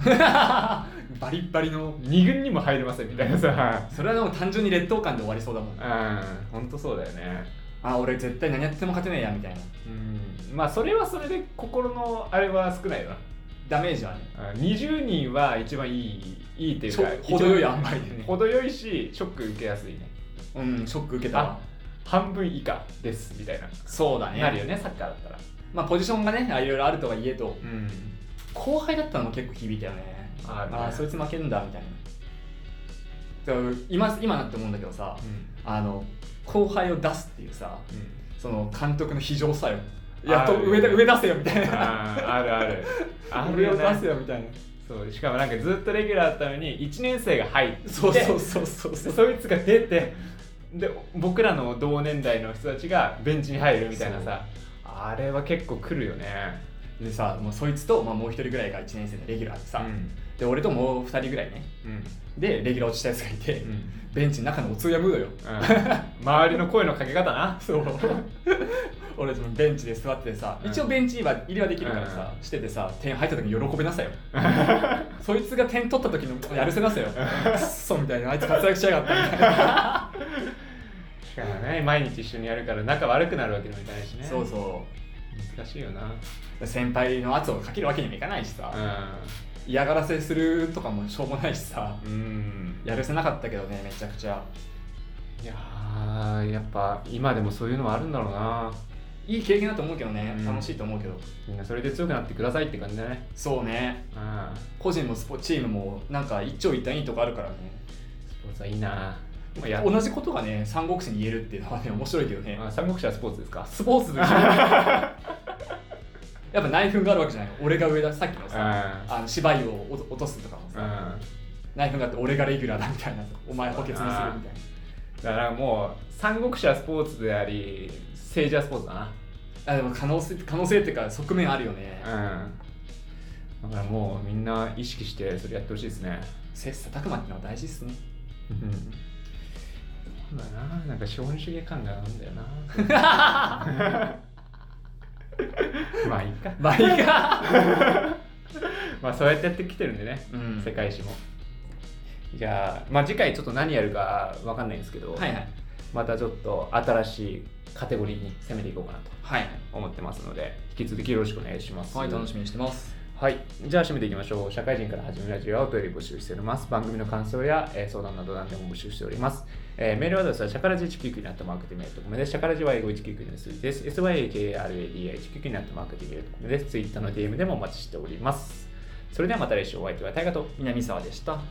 Speaker 2: バリッバリの
Speaker 1: 二軍にも入れませんみたいなさ
Speaker 2: それはでも単純に劣等感で終わりそうだもん
Speaker 1: うん本当そうだよね
Speaker 2: あ俺絶対何やっても勝てねえやみたいな
Speaker 1: うんまあそれはそれで心のあれは少ないよな
Speaker 2: ダメージはね
Speaker 1: うん20人は一番いいいいっていうか
Speaker 2: ちょ程よい塩梅でね
Speaker 1: 程よいしショック受けやすいね
Speaker 2: うんショック受けたわ
Speaker 1: 半分以下ですみたいな、
Speaker 2: そうだ
Speaker 1: なるよ
Speaker 2: ね。
Speaker 1: ねサッカーだったら
Speaker 2: まあ、ポジションがね、あいろいろあるとはいえと、
Speaker 1: うん
Speaker 2: 後輩だったのも結構響いたよね。
Speaker 1: あ
Speaker 2: ああ、そいつ負けんだ、みたいな。だから今、今なって思うんだけどさ、
Speaker 1: うん
Speaker 2: あの、後輩を出すっていうさ、
Speaker 1: うん
Speaker 2: その監督の非常作用。やっと
Speaker 1: ある
Speaker 2: 上だ上出せよみたいな。
Speaker 1: あーあるあるある
Speaker 2: 上を
Speaker 1: よ
Speaker 2: 出せ
Speaker 1: ね
Speaker 2: よみたいな。
Speaker 1: そうしかもなんかずっとレギュラーだったのに1年生が入って
Speaker 2: そうそうそうそう
Speaker 1: で
Speaker 2: そう。
Speaker 1: そいつが出てで僕らの同年代の人たちがベンチに入るみたいなさあれは結構来るよね
Speaker 2: でさ、もうそいつと、まあ、もう一人ぐらいが1年生のレギュラーでさ、
Speaker 1: うん
Speaker 2: で俺ともう2人ぐらいね
Speaker 1: うん
Speaker 2: でレギュラー落ちたやつがいて、
Speaker 1: うん
Speaker 2: ベンチの中のお通夜ムードよ
Speaker 1: うん周りの声のかけ方な
Speaker 2: そう 俺そのベンチで座っててさ、
Speaker 1: うん
Speaker 2: 一応ベンチには入りはできるからさ、しててさ点入った時に喜びなさいよそいつが点取った時のやるせなさよくっそみたいなあいつ活躍しやがったみたいな
Speaker 1: しかもね毎日一緒にやるから仲悪くなるわけにもいかないしね
Speaker 2: そうそう
Speaker 1: 難しいよな
Speaker 2: 先輩の圧をかけるわけにもいかないしさ、嫌がらせするとかもしょうもないしさ
Speaker 1: うん、うん、
Speaker 2: やるせなかったけどねめちゃくちゃ
Speaker 1: いやーやっぱ今でもそういうのはあるんだろうない
Speaker 2: い経験だと思うけどね、
Speaker 1: うん
Speaker 2: 楽しいと思うけど
Speaker 1: みんなそれで強くなってくださいって感じだね
Speaker 2: そうね
Speaker 1: うん
Speaker 2: 個人もスポチームもなんか一長一短いいとこあるからね
Speaker 1: スポーツはいいなもうや
Speaker 2: 同じことがね三国志に言えるっていうのはね面白いけどね
Speaker 1: あ三国志はスポーツですか
Speaker 2: スポーツ のやっぱ内紛があるわけじゃない俺が上ださっきのさあの芝居をお落とすとかも
Speaker 1: う
Speaker 2: さ
Speaker 1: ん
Speaker 2: 内紛があって俺がレギュラーだみたいなお前補欠にするみたいな
Speaker 1: だからもう三国志はスポーツであり政治はスポーツだ
Speaker 2: あでも可能性可能性っていうか側面あるよね
Speaker 1: なうんだからもうみんな意識してそれやってほしいですね
Speaker 2: 切磋琢磨ってのは大事っすね
Speaker 1: そうだななんか資本主義感があるんだよな まあいいか
Speaker 2: まあいいか
Speaker 1: まあそうやってやってきてるんでね、
Speaker 2: うん
Speaker 1: 世界史もじゃあまあ次回ちょっと何やるかわかんないんですけど、
Speaker 2: はいはい
Speaker 1: またちょっと新しいカテゴリーに攻めていこうかなと
Speaker 2: はい
Speaker 1: 思ってますので引き続きよろしくお願いします
Speaker 2: はい楽しみにしてます
Speaker 1: はいじゃあ締めていきましょう社会人から始めるラジオはお便り募集しております番組の感想や、えー相談など何でも募集しております、えーメールアドレスはシャカラジ199になったマークティメールとコムですシャカラジは英語199の数字です SYAKRADI199 になったマークティメールとコムです Twitter の DM でもお待ちしておりますそれではまた来週お相手は大河と
Speaker 2: 南沢でした